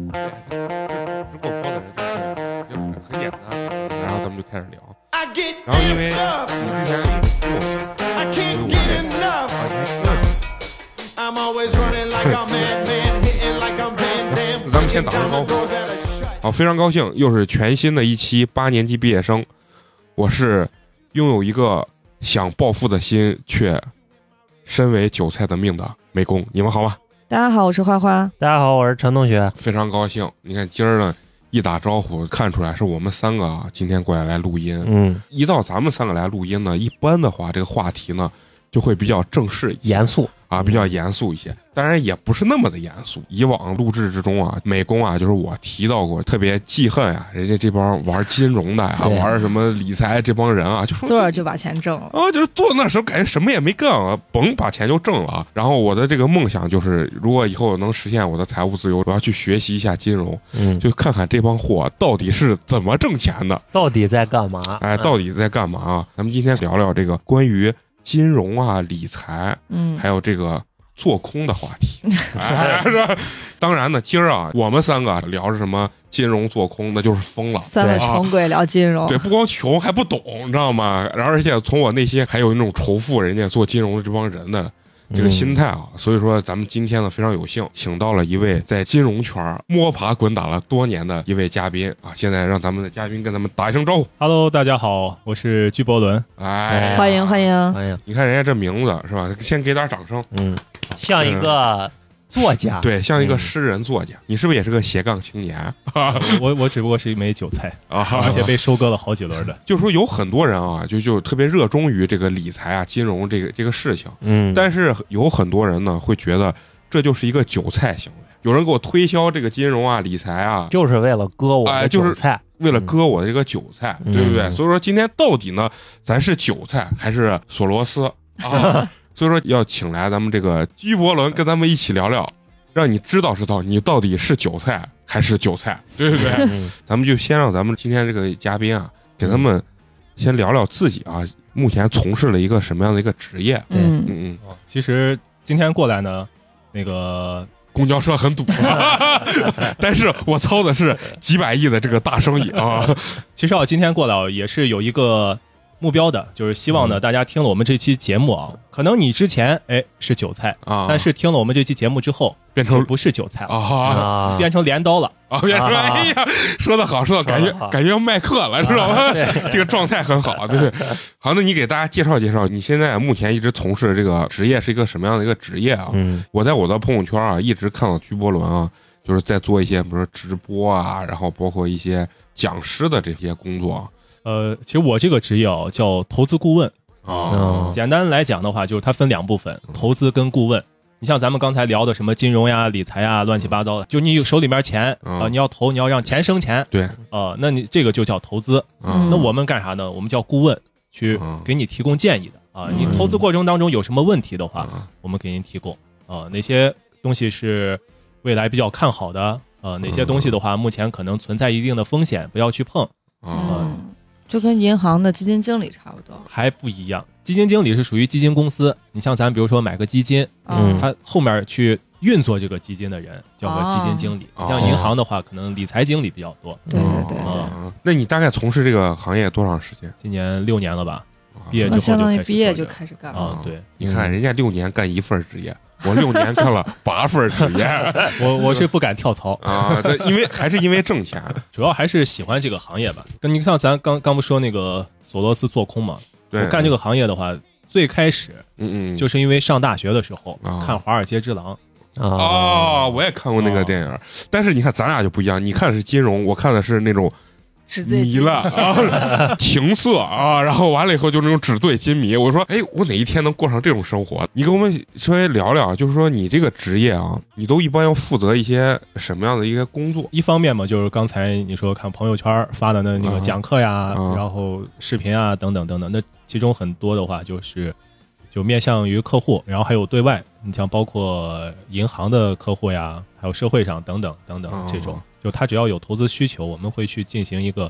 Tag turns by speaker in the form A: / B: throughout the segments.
A: 如果我在这就是很简单，然后咱们就开始聊。
B: I get
A: 然后因为
B: amped
A: 我
B: up,
A: 之前做
B: I
A: 所以
B: can't
A: 我这
B: get
A: 好
B: enough.
A: 像那
B: I'm always running like I'm madman, hitting like I'm Van Damme.
A: 咱们先
B: kicking
A: 打个招
B: down the
A: 呼。
B: doors that are shut.
A: 好，非常高兴，又是全新的一期八年级毕业生。我是拥有一个想暴富的心，却身为韭菜的命的美工。你们好吗？
C: 大家好，我是花花。
D: 大家好，我是陈同学。
A: 非常高兴。你看今儿呢，一打招呼看出来是我们三个啊，今天过来来录音。
D: 嗯，
A: 一到咱们三个来录音呢，一般的话，这个话题呢就会比较正式一些
D: 严肃。
A: 啊，比较严肃一些，当然也不是那么的严肃。以往录制之中啊，美工啊，就是我提到过，特别记恨啊，人家这帮玩金融的呀、
D: 对
A: 玩什么理财这帮人啊，就说
E: 坐着就把钱挣了。
A: 啊，就是坐那时候感觉什么也没干啊，甭把钱就挣了啊。然后我的这个梦想就是，如果以后能实现我的财务自由，我要去学习一下金融，
D: 嗯，就
A: 就看看这帮货到底是怎么挣钱的。
D: 到底在干嘛？
A: 哎，
D: 嗯
A: 到底在干嘛啊？咱们今天聊聊这个关于金融啊、理财，
E: 嗯，
A: 还有这个做空的话 题。哎是吧当然呢，今儿啊，我们三个聊着什么金融做空，那就是疯了。
E: 三位
A: 对啊
E: 穷鬼聊金融
C: 哦
A: 对，，不光穷还不懂，你知道吗？然后而且从我内心还有那种仇富人家做金融的这帮人的这
C: 嗯
A: 个心态啊，所以说咱们今天呢非常有幸请到了一位在金融圈儿摸爬滚打了多年的一位嘉宾啊，现在让咱们的嘉宾跟咱们打一声招呼。
F: Hello，大家好，我是巨伯伦。
A: 哎，
C: 欢迎欢
A: 迎！
C: 迎，
D: 哎呀，
A: 你看人家这名字是吧？先给点掌声。
D: 嗯，像一个作家。，
A: 对，像一个
D: 嗯啊
A: 诗人作家，你是不是也是个斜杠青 年
F: 我我只不过是一枚韭菜，
A: 啊
F: 而且被收割了好几轮的。
A: 就说有很多人啊，就就特别热衷于这个理财啊、金融这个这个事情，
D: 嗯，
A: 但是有很多人呢会觉得这就是一个韭菜行为。有人给我推销这个金融啊、理财啊，就
D: 就是为了割我
A: 哎
D: 的
A: 就是
D: 韭菜。
A: 为
F: 嗯
A: 了割我的这个韭菜，
D: 嗯
A: 对不对？所以说今天到底呢，咱是韭菜还是索罗斯啊？ 所以说要请来咱们这个居伯伦跟咱们一起聊聊，让你知道知道你到底是韭菜还是韭菜，对不对？
D: 嗯
A: 咱们就先让咱们今天这个嘉宾啊，给他们先聊聊自己啊，目前从事了一个什么样的一个职业？
E: 嗯，
A: 嗯嗯，
F: 啊其实今天过来呢，那个
A: 公交车 很堵，但是我操的是几百亿的这个大生意啊！
F: 其实啊，今天过来啊也是有一个目标的，就是希望呢
A: 嗯
F: 大家听了我们这期节目啊，可能你之前哎是韭菜，
A: 啊，
F: 但是听了我们这期节目之后
A: 变
F: 就
A: 成
F: 不是韭菜了，
A: 啊
D: 啊，
F: 变成镰刀了。
A: 啊，变成
D: 啊
A: 哎呀，说的好，说的感觉
D: 说得好
A: 感觉要卖课了，知道
D: 啊
A: 吗？
D: 对，
A: 这个状态很好，对 不对？好，那你给大家介绍介绍，你现在目前一直从事的这个职业是一个什么样的一个职业啊？
D: 嗯
A: 我在我的朋友圈啊，一直看到居伯伦啊，就是在做一些，比如说直播啊，然后包括一些讲师的这些工作啊
F: 呃，其实我这个职业啊叫投资顾问，
A: 啊
D: 嗯。
F: 简单来讲的话，就是它分两部分，
A: 嗯
F: 投资跟顾问。你像咱们刚才聊的什么金融呀、理财呀，乱七八糟的，就你有手里面钱
A: 嗯
F: 啊、你要投，你要让钱生钱，
A: 对，
F: 呃，那你这个就叫投资。
A: 嗯
F: 那我们干啥呢？我们叫顾问，去
A: 嗯
F: 给你提供建议的啊、
E: 嗯
F: 你投资过程当中有什么问题的话，
A: 嗯
F: 我们给您提供啊、哪些东西是未来比较看好的。呃，哪些东西的
A: 嗯
F: 话，目前可能存在一定的风险，不要去碰，
D: 嗯
A: 啊
C: 嗯就跟银行的基金经理差不多。
F: 还不一样。基金经理是属于基金公司，你像咱比如说买个基金，
C: 啊
D: 嗯
F: 他后面去运作这个基金的人叫做基金经理。
A: 哦
F: 你像银行的话，可能理财经理比较多。
E: 对对对
A: 啊
F: 嗯
E: 对，
A: 啊那你大概从事这个行业多长时间？
F: 今年六年了吧？
A: 啊
F: 毕业之
C: 那
F: 后
C: 相当于
F: 就开始
C: 毕业就
F: 做这
C: 开始干了。
F: 啊，对
A: 你看人家六年干一份职业，我六年干 了八份职业
F: 我我是不敢跳槽，
A: 啊！对，因为还是因为挣钱，
F: 主要还是喜欢这个行业吧。跟你像咱刚刚不说那个索罗斯做空嘛，
A: 对，
F: 我干这个，行业的话，最开始
A: 嗯嗯，
F: 就是是因为上大学的时候
A: 啊
F: 看《华尔街之狼》，
D: 啊，
F: 啊
A: 哦，我也看过那个电影，但是你看咱俩就不一样，你看的是金融，我看的是那种
C: 纸醉
A: 迷
C: 金
A: 了啊， 停色啊，然后完了以后就那种纸醉金迷。我说，哎，我哪一天能过上这种生活？你跟我们稍微聊聊，就是说你这个职业啊，你都一般要负责一些什么样的一个工作？
F: 一方面嘛，就是刚才你说看朋友圈发的那那个
A: 嗯
F: 讲课呀，
A: 嗯
F: 然后视频啊等等等等，那其中很多的话就是就面向于客户，然后还有对外，你像包括银行的客户呀，还有社会上等等等等
A: 嗯
F: 这种，就他只要有投资需求，我们会去进行一个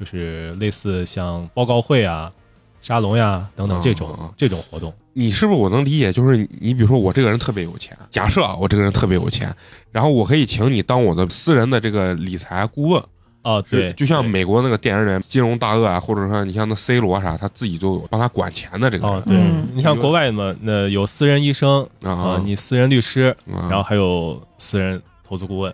F: 就是类似像报告会啊、沙龙呀等等这种、
A: 嗯嗯嗯
F: 这种活动。
A: 你是不是我能理解？就是你你比如说我这个人特别有钱，假设啊我这个人特别有钱，然后我可以请你当我的私人的这个理财顾问，
F: 啊，
A: 是
F: 对，
A: 就像
F: 对
A: 美国那个电影里面金融大鳄啊，或者说你像那 C 罗啊啥，他自己就有帮他管钱的这个
F: 哦
A: 人，
F: 对，
C: 嗯
F: 你像国外嘛，那有私人医生啊、
A: 啊，
F: 你私人律师，
A: 然
F: 然后还有私人投资顾问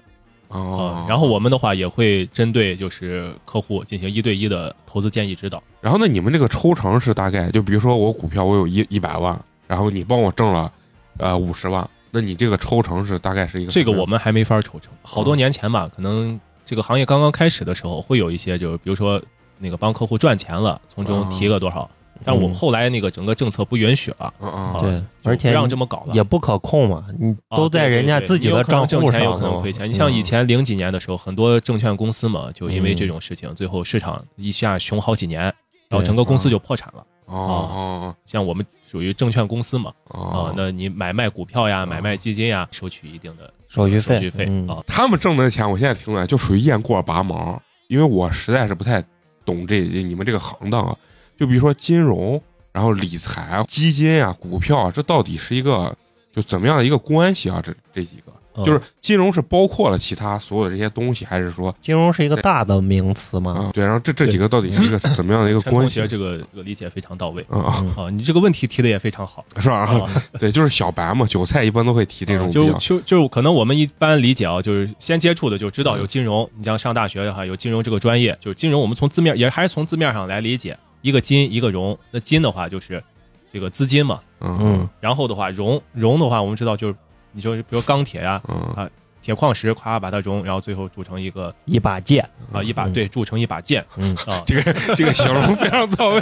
F: 啊、
A: 嗯哦，
F: 然后我们的话也会针对就是客户进行一对一的投资建议指导。
A: 然后那你们这个抽成是大概，就比如说我股票我有一一百万，然后你帮我挣了呃五十万，那你这个抽成是大概是一个
F: 这个我们还没法抽成，好多年前吧，可能这个行业刚刚开始的时候，会有一些就是比如说那个帮客户赚钱了，从中提个多少。但我们后来那个整个政策不允许了，
A: 嗯嗯
F: 啊
D: 对
F: 就
D: 而且
F: 不让这么搞了，
D: 也不可控嘛，你
F: 啊
D: 都在
F: 对对
D: 人家
F: 对
D: 自己
F: 你有
D: 的
F: 可能
D: 账
F: 挣
D: 户
F: 钱
D: 上嗯
F: 有可能
D: 了
F: 亏钱。你像以前零几年的时候，很多证券公司嘛，就因为这种事情，最后市场一下熊好几年，然后整个公司就破产了。
A: 哦哦
F: 像我们属于证券公司嘛，
A: 哦
F: 啊
A: 哦，，
F: 那你买卖股票呀、
A: 哦
F: 买卖基金呀，收取一定的
D: 手续
F: 手
D: 费
F: 续费
D: 嗯
F: 啊。
A: 他们挣的钱我现在听出来就属于雁过拔毛，因为我实在是不太懂这你们这个行当啊。就比如说金融，然后理财、基金啊、股票啊，这到底是一个就怎么样的一个关系啊？这这几个。
F: 嗯
A: 就是金融是包括了其他所有的这些东西，还是说
D: 金融是一个大的名词
F: 嗯
D: 嘛，
A: 啊，对，然后这这几个到底是一个怎么样的一个
F: 陈
A: 关
F: 同
A: 系
F: 学？这个这个理解非常到位
A: 啊，
D: 嗯
F: 啊，你这个问题提的也非常好。
A: 是吧？
F: 啊，
A: 对，就是小白嘛，韭菜一般都会提这种
F: 啊
A: 比
F: 就
A: 较
F: 就就是可能我们一般理解啊，就是先接触的就知道有金融，你像上大学的话有金融这个专业，就是金融我们从字面也还是从字面上来理解，一个金一个融，那金的话就是这个资金嘛，
A: 嗯
D: 嗯
F: 然后的话融融的话我们知道就是你就比如钢铁呀、
A: 嗯
F: 铁矿石，夸把它融，然后最后铸成一个
D: 一把剑，
F: 啊一把
D: 嗯
F: 对铸成一把剑
D: 嗯
F: 啊，
A: 这个这个形容非常到位。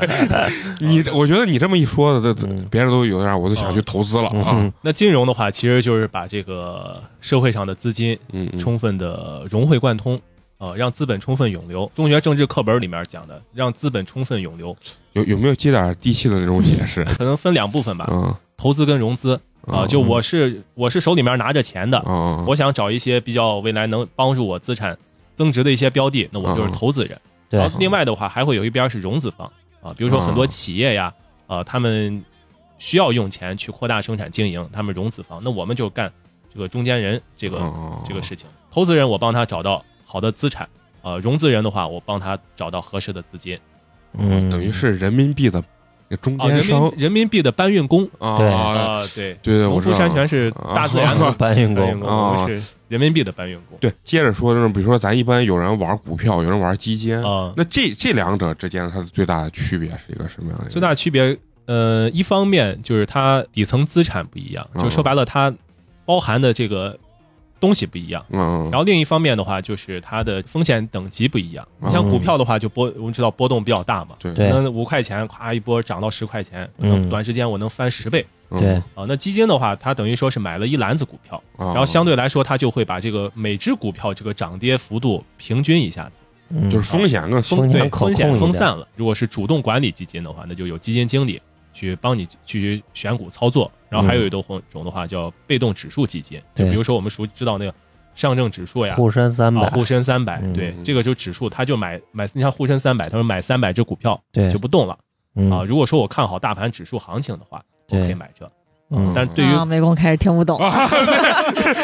A: 你我觉得你这么一说，这这
D: 嗯
A: 别人都有点，我都想去投资了
D: 嗯
A: 啊。
D: 哼
F: 那金融的话其实就是把这个社会上的资金
A: 嗯，嗯
F: 充分的融会贯通，呃，让资本充分涌流。中学政治课本里面讲的，让资本充分涌流，
A: 有有没有接点地气的那种解释？
F: 可能分两部分吧，
A: 嗯
F: 投资跟融资
D: 嗯
F: 啊、就我是我是手里面拿着钱的，
A: 啊，
F: 我想找一些比较未来能帮助我资产增值的一些标的，那
D: 嗯
F: 我就是投资人。
D: 对
F: 然后另外的话，还会有一边是融资方啊、比如说很多
A: 嗯
F: 企业呀，啊，他们需要用钱去扩大生产经营，他们融资方，那我们就干这个中间人这
A: 嗯
F: 个这个
A: 是
F: 事情。投资人我帮他找到好的资产，呃，融资人的话我帮他找到合适的资金
D: 嗯，
A: 等于是人民币的那中
F: 啊，
A: 间
F: 人
A: 商
F: 民人民币的搬运工
D: 对
A: 啊。
F: 啊，对，
A: 对对，
F: 农
A: 我知
F: 夫
A: 道
F: 山泉是大自然的搬
D: 嗯搬运
F: 运
D: 工
F: 工，
A: 啊
F: 我们是人民币的搬运工
A: 对，接着说，就是比如说，咱一般有人玩股票，有人玩基金，
F: 啊。
A: 那这这两者之间它的最大的区别是一个什么样的一个？
F: 最大区别，呃，一方面就是它底层资产不一样，
A: 嗯
F: 就说白了，它包含的这个东西不一样。
A: 嗯，
F: 然后另一方面的话，就是它的风险等级不一样。你像
D: 嗯
F: 股票的话，就波我们知道波动比较大嘛，
A: 对
D: 对
F: 那五块钱咵一波涨到十块钱，
D: 嗯
F: 短时间我能翻十倍
A: 嗯嗯
D: 对，
F: 啊。那基金的话，它等于说是买了一篮子股票，
A: 然
F: 然后相对来说，它就会把这个每只股票这个涨跌幅度平均一下子，
D: 嗯
A: 就是风险更
D: 风险可
F: 对
D: 控
F: 风
D: 一
F: 险
D: 点
F: 分散了。如果是主动管理基金的话，那就有基金经理去帮你去选股操作。然后还有一种种的话叫被动指数基金，就
D: 嗯对
F: 比如说我们熟知道那个上证指数呀。
D: 沪深三
F: 啊
D: 百，
F: 沪深三百，
D: 嗯
F: 对，这个就指数，他就买买，你像沪深三百，他说买三百只股票
D: 对
F: 就不动了，
D: 嗯
F: 啊，如果说我看好大盘指数行情的话，我可以
D: 对
F: 买这。
D: 嗯
F: 但是对于
C: 啊，美工开始听不懂了，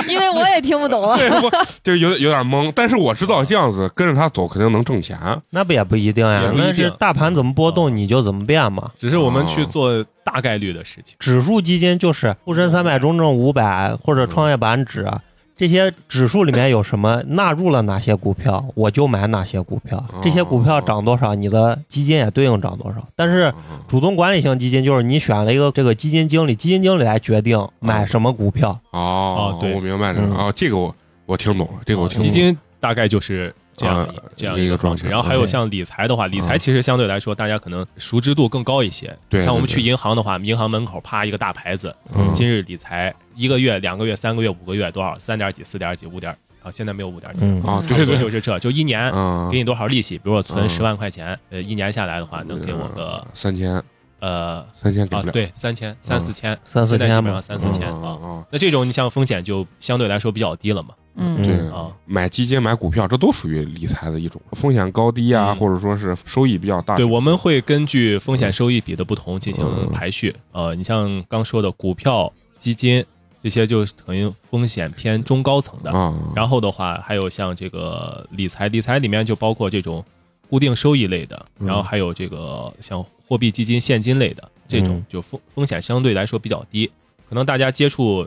C: 因为我也听不懂了。
A: 对我就是有有点懵，但是我知道这样子跟着他走肯定能挣钱。
D: 那不也不一定
F: 也
D: 呀，
F: 不一定
D: 那
F: 啊
D: 是大盘怎么波动你就怎么变嘛。
F: 只是我们
A: 哦
F: 去做大概率的事情。
D: 指数基金就是沪深三百、中证五百或者创业板指啊
F: 嗯
D: 这些指数里面有什么纳入了哪些股票，我就买哪些股票
A: 哦。
D: 这些股票涨多少，你的基金也对应涨多少。但是
A: 嗯
D: 主动管理型基金就是你选了一个这个基金经理，基金经理来决定
F: 嗯
D: 买什么股票。
A: 哦
F: 哦对
A: 我明白这个
D: 嗯
A: 哦，这个我我听懂了，这个我听懂
F: 基
A: 了。
F: 金大概就是这样
A: 啊
F: 的这样一
A: 一个
F: 个
A: 状
F: 方式。
A: 态
F: 然后还有
D: 对
F: 像理财的话，理
A: 啊
F: 财其实相对来说大家可能熟知度更高一些。
A: 对
F: 像我们
A: 对
F: 去
A: 对
F: 银行的话，银行门口啪一个大牌子
A: 嗯，
F: 今日理财，一个月、两个月、三个月、五个月多少？三点几、四点几、五点啊？现在没有五点几，
D: 嗯
A: 啊，
F: 差
A: 对对，
F: 不多
A: 对
F: 就是这，就一年
A: 嗯
F: 给，你多少利息？比如我存
A: 嗯
F: 十万块钱，呃，一年下来的话，能给我个
A: 三千，
F: 呃
A: 三千给
F: 啊
A: 不，了，
F: 对，三千、三四千，
D: 三四
F: 现在基
D: 千
F: 本
D: 吧
F: 上，三四千
A: 嗯
F: 啊。
A: 嗯
F: 那这种你像风险就相对来说比较低了嘛，
A: 嗯，
E: 嗯，
A: 对
F: 啊，
A: 买基金、买股票，这都属于理财的一种，风险高低啊，
F: 嗯
A: 或者说啊是收益比较大。
F: 对，我们会根据风险收益比的不同
A: 嗯
F: 进行排序。呃，你像刚说的股票、基金这些，就等于风险偏中高层的。
A: 啊，
F: 然后的话，还有像这个理财，理财里面就包括这种固定收益类的，
A: 嗯
F: 然后还有这个像货币基金、现金类的这种
D: 嗯，
F: 就风风险相对来说比较低。可能大家接触，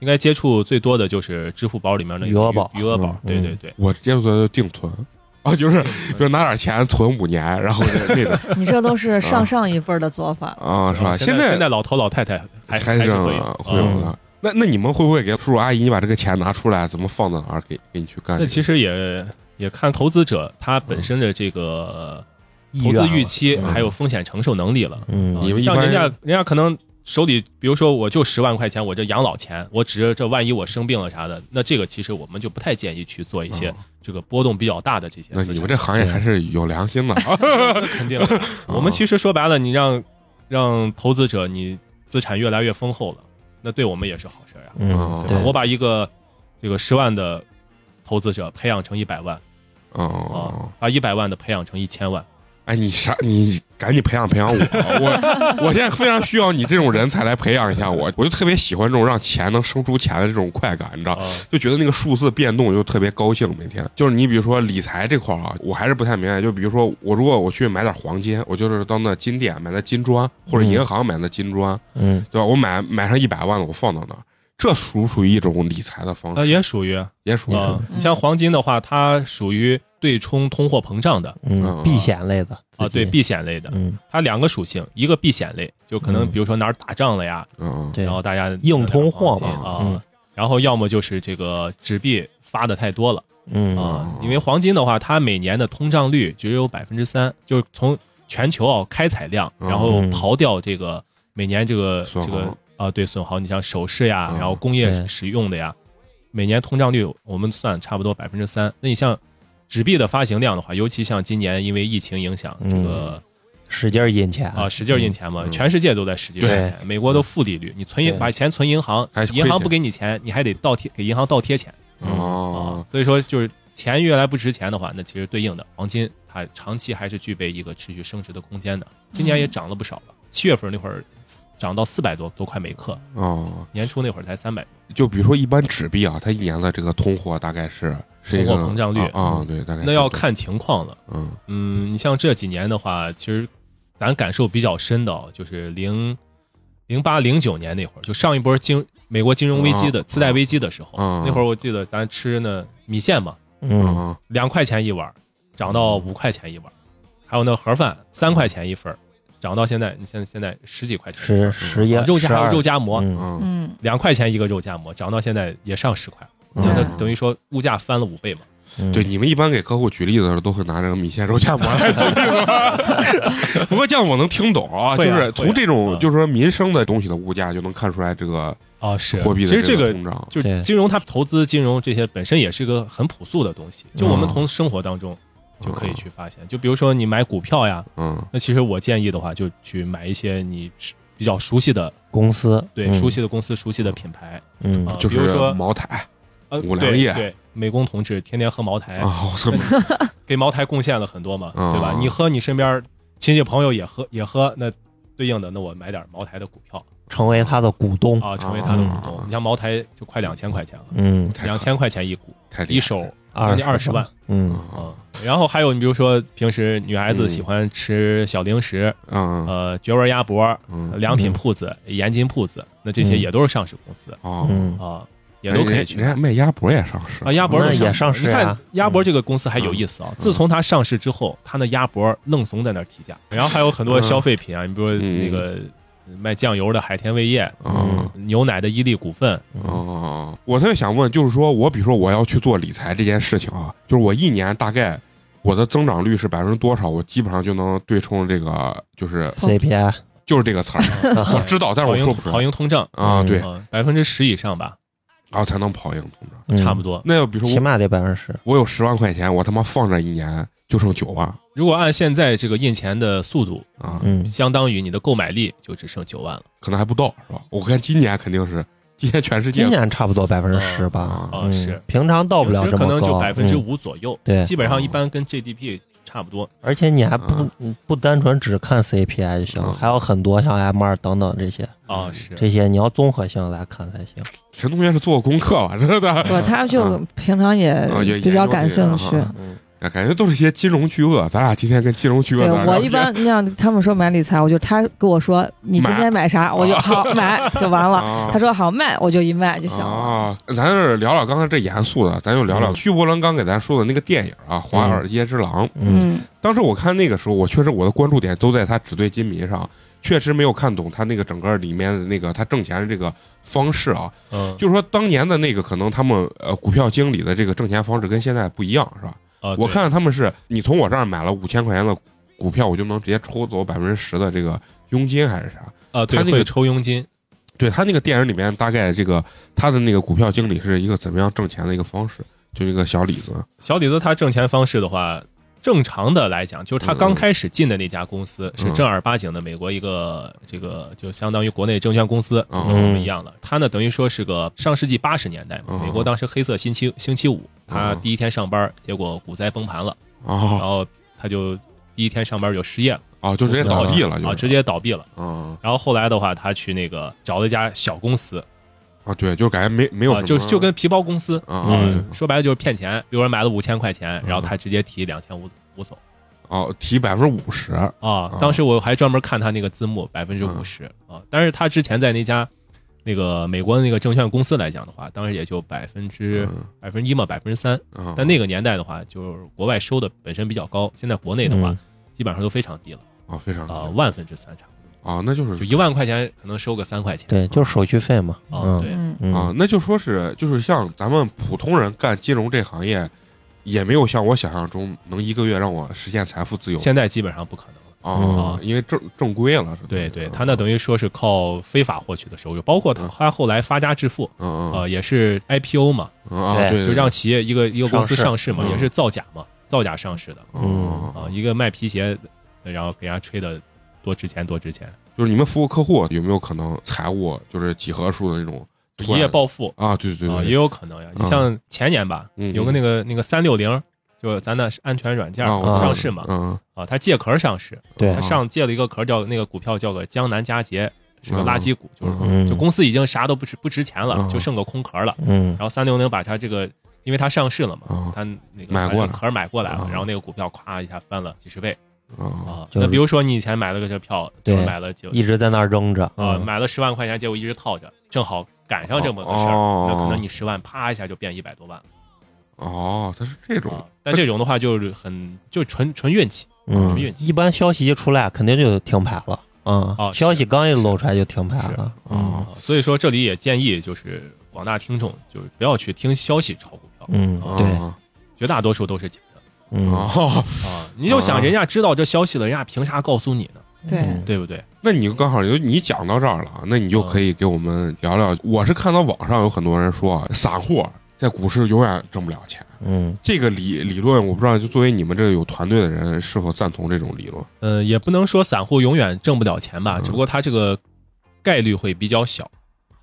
F: 应该接触最多的就是支付宝里面的
D: 余额宝
F: 余额宝，
D: 嗯
F: 对
D: 嗯
F: 对对。
A: 我接触的就定存啊，就是就是拿点钱存五年，然后那 那种
C: 你这都是
F: 啊
C: 上上一辈儿的做法了。
A: 啊，是吧？
F: 现
A: 在
F: 现在老头老太太还
A: 还
F: 是
A: 这
F: 会
A: 样会
F: 嗯
A: 有的。那那你们会不会给叔叔阿姨，你把这个钱拿出来，怎么放到哪儿给给你去干这
F: 那
A: 个？
F: 其实也也看投资者他本身的这个投资预期，
D: 嗯
F: 还有风险承受能力了。
D: 嗯
F: 啊
A: 你们一
F: 像
A: 般
F: 人家，人家可能手里，比如说我就十万块钱，我这养老钱，我指着这万一我生病了啥的，那这个其实我们就不太建议去做一些
A: 啊
F: 这个波动比较大的这些
A: 那
F: 资
A: 你们
F: 产
A: 这哦行业还是有良心的。啊
F: 那肯定的。 我们其实说白了，你让让投资者你资产越来越丰厚了，那对我们也是好事儿啊。
A: 哦
D: 嗯，
F: 对吧
D: 对，
F: 我把一个这个十万的投资者培养成一百万
A: 哦
F: 啊，，把一百万的培养成一千万，
A: 哎，你啥？你赶紧培养培养我，啊 我我现在非常需要你这种人才来培养一下我。我就特别喜欢这种让钱能生出钱的这种快感，你知道
F: 啊，
A: 就觉得那个数字变动就特别高兴，每天就是你比如说理财这块儿啊，我还是不太明白。就比如说我如果我去买点黄金，我就是到那金店买那金砖，或者银行买那金砖，
D: 嗯
A: 对吧？我买买上一百万了，我放到那儿，这属不属于一种理财的方式？
F: 呃，也属于啊。
A: 也属于、
D: 嗯
F: 你像黄金的话，它属于对冲通货膨胀的
A: 嗯
D: 嗯，避险类的
F: 啊，对，避险类的，
D: 嗯，
F: 它两个属性，一个避险类，就可能
D: 嗯
F: 比如说哪儿打仗了呀，
A: 嗯，
D: 对
F: 然，后大家
D: 硬通货
F: 拿点
A: 嘛
F: 黄金
D: 嗯
F: 啊，然后要么就是这个纸币发的太多了。
D: 嗯
F: 啊，因为黄金的话，它每年的通胀率只有百分之三，就是从全球啊开采量，
A: 嗯
F: 然后刨掉这个每年这个
A: 损
F: 这
A: 耗
F: 个啊对损耗，你像首饰呀，
A: 嗯
F: 然后工业
D: 对
F: 使用的呀，每年通胀率我们算差不多百分之三。那你像纸币的发行量的话，尤其像今年因为疫情影响，这
D: 嗯
F: 个
D: 使劲儿印钱
F: 啊使劲印钱嘛，
A: 嗯
F: 全世界都在使劲印
D: 对
F: 钱，美国都负利率，你存银
D: 对
F: 把钱存银行
A: 还是，亏
F: 银行
A: 钱
F: 不给你钱，你还得倒贴给银行倒贴钱。
A: 哦，
F: 所以说就是钱越来不值钱的话，那其实对应的黄金它长期还是具备一个持续升值的空间的。今年也涨了不少了，七月份那会儿涨到四百多多块每克，
A: 哦，
F: 年初那会儿才三百。
A: 就比如说一般纸币啊，它一年的这个通货大概是是一个
F: 通货膨胀率嗯
A: 啊、啊对，大概是
F: 那要看情况了。
A: 嗯
F: 嗯，你像这几年的话，其实咱感受比较深的哦，就是零零八零九年那会儿，就上一波金美国金融危机的
A: 啊
F: 次贷危机的时候，
A: 啊
F: 那会儿我记得咱吃那米线嘛，
D: 嗯
A: 啊
F: 两块钱一碗儿，涨到五块钱一碗儿，还有那盒饭三块钱一份儿，涨到现在，你现在现在十几块钱一份
D: 十
F: 儿。
D: 十一
F: 啊肉夹还有肉啊
D: 夹
F: 夹馍，
D: 嗯
A: 嗯
E: 嗯，
F: 两块钱一个肉夹馍，涨到现在也上十块，
A: 嗯
F: 那
E: 对
F: 等于说物价翻了五倍嘛。
D: 嗯
A: 对，你们一般给客户举例子的时候，都会拿这个米线肉夹馍来举例子 吗不过这样我能听懂啊，就
F: 会啊
A: 是
F: 会
A: 从
F: 啊
A: 这种
F: 嗯
A: 就是说民生的东西的物价就能看出来这个
F: 啊，是
A: 货币的
F: 其实这
A: 个
F: 个
A: 通胀。
F: 就
D: 对
F: 金融，它投资金融这些本身也是个很朴素的东西，就我们
A: 嗯
F: 从生活当中就可以去发现。就比如说你买股票呀，
A: 嗯
F: 那其实我建议的话，就去买一些你比较熟悉的，
D: 公司
F: 对，熟悉的公司、熟悉的品牌。
D: 嗯
F: 啊
A: 就
F: 比
A: 是
F: 如说
A: 茅台
F: 呃，
A: 五粮
F: 对
A: 液
F: 对，美工同志天天喝茅台，
A: 啊，我操，
F: 给茅台贡献了很多嘛，
A: 嗯
F: 对吧？你喝，你身边亲戚朋友也喝，也喝，那对应的，那我买点茅台的股票
D: 成为他的股东，
F: 啊，成为他的股
A: 嗯
F: 东。你像茅台就快两千块钱了，
D: 嗯，
A: 太
F: 两千块钱一股，
A: 太厉害
F: 一手
D: 二
F: 将近二十万，
D: 嗯
A: 嗯
F: 啊。然后还有你比如说平时女孩
A: 嗯
F: 子喜欢吃小零食，
A: 嗯
F: 呃，绝味鸭脖、
A: 嗯
F: 良品铺子、盐津铺子，那这些也都是上市公司
A: 哦，
D: 嗯，
F: 啊，也
A: 哎
F: 都可以去
A: 人家卖鸭脖也上市嗯
F: 啊，鸭脖儿
D: 那
F: 都
D: 也上
F: 你
D: 市
F: 看
D: 啊
F: 鸭脖儿这个公司还有意思啊，自从它上市之后，它那鸭脖儿愣怂在那儿提价，然后还有很
A: 嗯
F: 多消费品啊，你比如说那个卖酱油的海天味业，
A: 啊
D: 嗯
F: 牛奶的伊利股份
A: 哦哦啊。我特别想问，就是说我比如说我要去做理财这件事情啊，就是我一年大概我的增长率是百分之多少，我基本上就能对冲这个，就是
E: 好
D: CPI
F: 嗯
A: 就是这个词儿， 我知道，但是我
F: 跑赢
A: 说不出
F: 跑
A: 来
F: 赢通胀
A: 啊，
D: 嗯
A: 对，
F: 啊，百分之十以上吧，
A: 然后才能跑赢通胀。
F: 差不多。啊
A: 那要比如
D: 嗯起
A: 说
D: 码得百分之十。
A: 我有十万块钱，我他妈放这一年就剩九万
F: 如果按现在这个印钱的速度，
A: 啊，
D: 嗯，
F: 相当于你的购买力就只剩九万了
A: 可能还不到是吧？我看今年肯定是， 今年全世界
D: 今年差不多百分之十吧
A: 啊，
F: 啊
D: 嗯
F: 是
D: 平常到不了
F: 有时
D: 这么
F: 可
D: 高，
F: 能就百分之
D: 嗯。
F: 五左右，
D: 对
F: 基本
A: 哦
F: 上一般跟 GDP 差不多。
D: 而且你还不
A: 啊
D: 嗯不单纯只看 CPI 就行
A: 嗯，
D: 还有很多像 M 二等等这些，
F: 啊，是
D: 这些你要综合性来看才行。
A: 陈同学是做过功课吧？真的，
C: 嗯不，他就平常也
A: 啊也
C: 比较感兴趣。
A: 研究这个啊啊感觉都是一些金融巨鳄。咱俩今天跟金融巨鳄
C: 对
A: 在聊
C: 我一般那样，他们说买理财，我就他跟我说你今天买啥，我就好买就完了。
A: 啊
C: 他说好卖，我就一卖就行了。
A: 啊，咱是聊聊刚才这严肃的，咱就聊聊
D: 嗯
A: 徐伯伦刚给咱说的那个电影啊，《华尔街之狼》。
D: 嗯，
A: 当时我看那个时候，我确实我的关注点都在他纸醉金迷上，确实没有看懂他那个整个里面的那个他挣钱的这个方式啊。
F: 嗯
A: 就是说当年的那个可能他们呃股票经理的这个挣钱方式跟现在不一样，是吧？
F: 啊，
A: 我
F: 对
A: 看他们是你从我这儿买了五千块钱的股票，我就能直接抽走百分之十的这个佣金还是啥？
F: 啊，对
A: 他那个
F: 会抽佣金，
A: 对他那个电影里面，大概这个他的那个股票经理是一个怎么样挣钱的一个方式，就一个小李子，
F: 小李子他挣钱方式的话，正常的来讲，
A: 嗯
F: 就是他刚开始进的那家公司是正儿八经的美国一个这个就相当于国内证券公司，
A: 嗯
F: 跟我们一样的。他呢等于说是个上世纪八十年代嘛，
A: 嗯
F: 美国当时黑色星期星期五，他
A: 嗯
F: 第一天上班，结果股灾崩盘了，然
A: 哦
F: 后他就第一天上班就失业了，
A: 哦，就直接倒地了，就
F: 啊，
A: 是
F: 直接倒闭了。
A: 嗯
F: 然后后来的话，他去那个找了一家小公司，
A: 啊，对，就是感觉没没有
F: 啊，
A: 什么
F: 就就跟皮包公司，
A: 啊
D: 嗯
F: 说白了就是骗钱。有人买了五千块钱，
A: 嗯
F: 然后他直接提两千五五走。
A: 哦提百分之五十
F: 啊
A: 啊，
F: 当时我还专门看他那个字幕，百分之五十啊。但是他之前在那家那个美国的那个证券公司来讲的话，当时也就百分之
A: 嗯
F: 百分之一嘛，百分之三。
A: 啊，
F: 但那个年代的话，就是国外收的本身比较高，现在国内的话
D: 嗯，
F: 基本上都非常低了
A: 啊非常
F: 啊，
A: 啊
F: 万分之三差不多，
A: 那就是
F: 就一万块钱可能收个三块钱。
D: 对，就是手续费嘛。
F: 嗯啊，
D: 嗯
F: 对，
E: 嗯，
D: 嗯
A: 啊，那就说是就是像咱们普通人干金融这行业，也没有像我想象中能一个月让我实现财富自由
F: 现在基本上不可能了。
A: 啊，因为正正规了，是吧嗯
F: 对对，他那等于说是靠非法获取的收入，包括他他后来发家致富，
A: 嗯嗯
F: 呃，也是 IPO 嘛，
A: 嗯啊，对，
F: 呃就让企业一个一个公司
D: 上
F: 上市嘛，
A: 嗯
F: 也是造假嘛，造假上市的
A: 嗯
F: 啊，一个卖皮鞋，然后给人家吹的多值钱多值钱，
A: 就是你们服务客户有没有可能财务就是几何数的那种
F: 一
A: 突然
F: 夜暴富
A: 啊？对对
F: 啊，
A: 对
F: 也
A: 对，
F: 有可能呀。你像前年吧，
A: 嗯
F: 有个那个那个三六零，就咱的安全软件
A: 啊我
D: 知道
F: 上市嘛，
A: 嗯啊
F: 啊，它借壳上市，
D: 对
F: 它，上借了一个壳叫那个股票叫个江南佳节，是个
A: 嗯
F: 垃圾股，就是
D: 嗯，
F: 就公司已经啥都不值不值钱
A: 嗯
F: 了，就剩个空壳了。
D: 嗯
F: 然后三六零把它这个，因为它上市了嘛，
A: 嗯
F: 它那个
A: 买过来
F: 把这个壳儿买过来了，
A: 嗯
F: 然后那个股票咵一下翻了几十倍
A: 啊
F: 啊。
D: 就是
F: 那比如说你以前买了个这票，
D: 对
F: 就买了就
D: 一直在那儿扔着
F: 啊
D: 嗯
F: 买了十万块钱，结果一直套着，正好赶上这么个事
A: 哦
F: 儿，那可能你十万啪一下就变一百多万了。
A: 哦，他是这种
F: 啊但这种的话就是很就纯纯运气纯
D: 嗯
F: 运，气
D: 一般消息一出来，肯定就停牌了啊
F: 哦。
D: 消息
F: 是
D: 刚一露出来就停牌了。嗯
A: 啊
F: 啊。所以说这里也建议就是广大听众就是不要去听消息炒股票，
D: 嗯，对，
A: 啊
F: 绝大多数都是假的
D: 嗯，
A: 哦，
F: 啊。你就想人家知道这消息了，人家凭啥告诉你呢？
E: 对，
D: 嗯
F: 对不对？
A: 那你就刚好就你讲到这儿了，那你就可以给我们聊聊。我是看到网上有很多人说，散户在股市永远挣不了钱。
D: 嗯，
A: 这个理理论，我不知道，就作为你们这个有团队的人，是否赞同这种理论？
F: 呃，也不能说散户永远挣不了钱吧，
A: 嗯
F: 只不过他这个概率会比较小，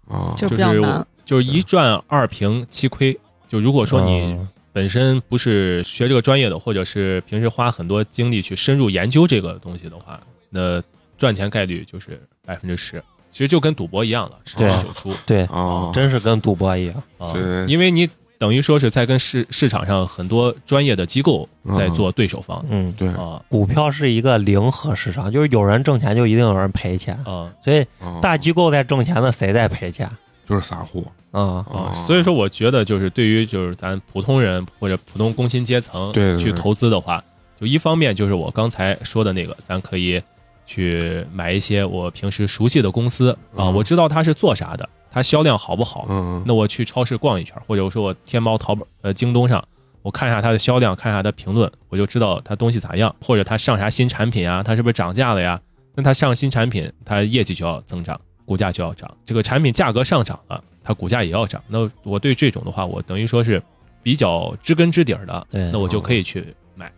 A: 啊，
E: 就
F: 就
E: 比较
F: 是
E: 难
F: 我。就是一赚二平七亏。就如果说
A: 哦
F: 你
D: 嗯
F: 本身不是学这个专业的，或者是平时花很多精力去深入研究这个东西的话，那赚钱概率就是百分之十。其实就跟赌博一样了，十
D: 对
F: 之九输
D: 对，
A: 啊，
D: 真是跟赌博一样。
F: 啊
A: 对，
F: 因为你等于说是在跟市市场上很多专业的机构在做对手方
D: 嗯，
A: 对
F: 啊
D: 股票是一个零和市场，就是有人挣钱就一定有人赔钱，
F: 啊
D: 所以
A: 啊
D: 大机构在挣钱的谁在赔钱
A: 就是散户
D: 啊？
A: 哦
F: 啊，所以说我觉得就是对于就是咱普通人或者普通工薪阶层
A: 对对
F: 去
A: 对
F: 投资的话，就一方面就是我刚才说的那个，咱可以去买一些我平时熟悉的公司啊，
A: 嗯
F: 我知道它是做啥的，它销量好不好。
A: 嗯，
F: 那我去超市逛一圈，或者说我天猫、淘宝、呃京东上，我看一下它的销量，看一下它的评论，我就知道它东西咋样，或者它上啥新产品啊，它是不是涨价了呀？那它上新产品，它业绩就要增长，股价就要涨。这个产品价格上涨了，它股价也要涨。那我对这种的话，我等于说是比较知根知底儿的，
D: 对
F: 那我就可以去买。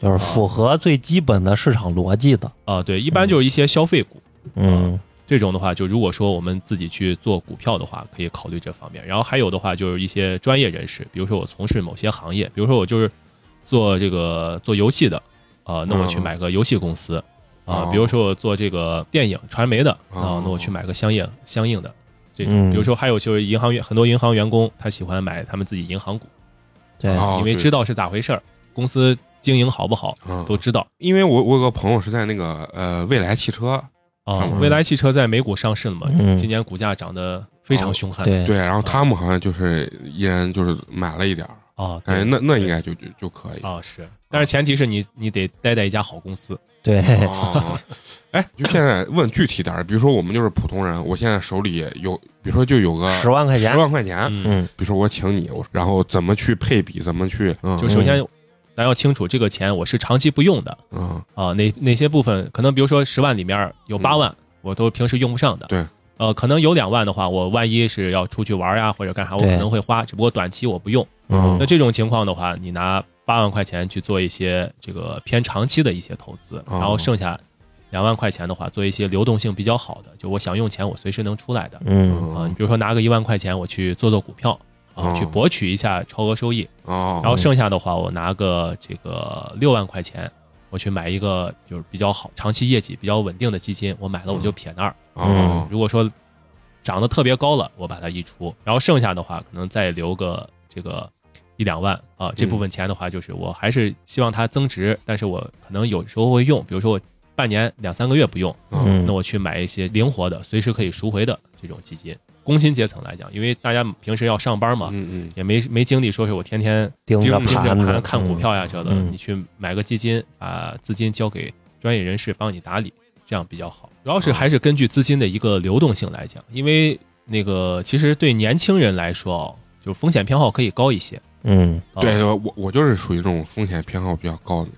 D: 就是符合最基本的市场逻辑的。
F: 啊、对，一般就是一些消费股。
D: 嗯
F: 这种的话，就如果说我们自己去做股票的话，可以考虑这方面。然后还有的话，就是一些专业人士，比如说我从事某些行业，比如说我就是做这个做游戏的，啊、那我去
A: 嗯
F: 买个游戏公司
A: 哦
F: 啊、比如说我做这个电影传媒的啊、
A: 哦
F: 那我去买个相应相应的这
D: 嗯
F: 种。比如说还有就是银行员，很多银行员工他喜欢买他们自己银行股，
D: 对，
A: 哦
F: 因为
A: 对
F: 知道是咋回事儿，公司经营好不好
A: 嗯
F: 都知道。
A: 因为我我有个朋友是在那个呃未来汽车，
F: 啊、
A: 嗯
F: 蔚来汽车在美股上市了嘛，
D: 嗯
F: 今年股价涨得非常凶悍。
D: 对
A: 哦对，然后他们好像就是一人就是买了一点儿，
F: 啊，
A: 感
F: 对
A: 哎觉那那应该就就就可以。
F: 啊是，但是前提是你你得待在一家好公司。
D: 对，
A: 哦，哎，就现在问具体点儿，比如说我们就是普通人，我现在手里有，比如说就有个
D: 十万块钱
A: 十，万块钱，
F: 嗯，
D: 嗯，
A: 比如说我请你，我然后怎么去配比，怎么去，嗯，
F: 就首先咱要清楚这个钱我是长期不用的
A: 嗯
F: 啊，哪哪些部分可能比如说十万里面有八万我都平时用不上的。
A: 对。
F: 呃，可能有两万的话，我万一是要出去玩呀、或者干啥，我
D: 对
F: 可能会花，只不过短期我不用。
A: 嗯
F: 那这种情况的话，你拿八万块钱去做一些这个偏长期的一些投资，
A: 哦
F: 然后剩下两万块钱的话，做一些流动性比较好的，就我想用钱我随时能出来的
D: 嗯
F: 啊。你
A: 嗯
F: 比如说拿个一万块钱，我去做做股票啊，
A: 哦
F: 去博取一下超额收益，
A: 哦，
F: 然后剩下的话，我拿个这个六万块钱。我去买一个就是比较好、长期业绩比较稳定的基金，我买了我就撇那儿。
A: 嗯哦
F: 如果说涨得特别高了，我把它溢出，然后剩下的话可能再留个这个一两万啊，这
A: 嗯
F: 部分钱的话就是我还是希望它增值，但是我可能有时候会用，比如说我半年两三个月不用，
D: 嗯
F: 那我去买一些灵活的、随时可以赎回的这种基金。工薪阶层来讲，因为大家平时要上班嘛，
A: 嗯嗯
F: 也没没精力说是我天天
D: 盯着
F: 盯着
D: 盘子
F: 盘看股，票呀这的，
D: 嗯
F: 你去买个基金，把资金交给专业人士帮你打理，这样比较好。主要是还是根据资金的一个流动性来讲，因为那个其实对年轻人来说哦，就风险偏好可以高一些。
D: 嗯，
F: 啊、
A: 对，我我就是属于这种风险偏好比较高的，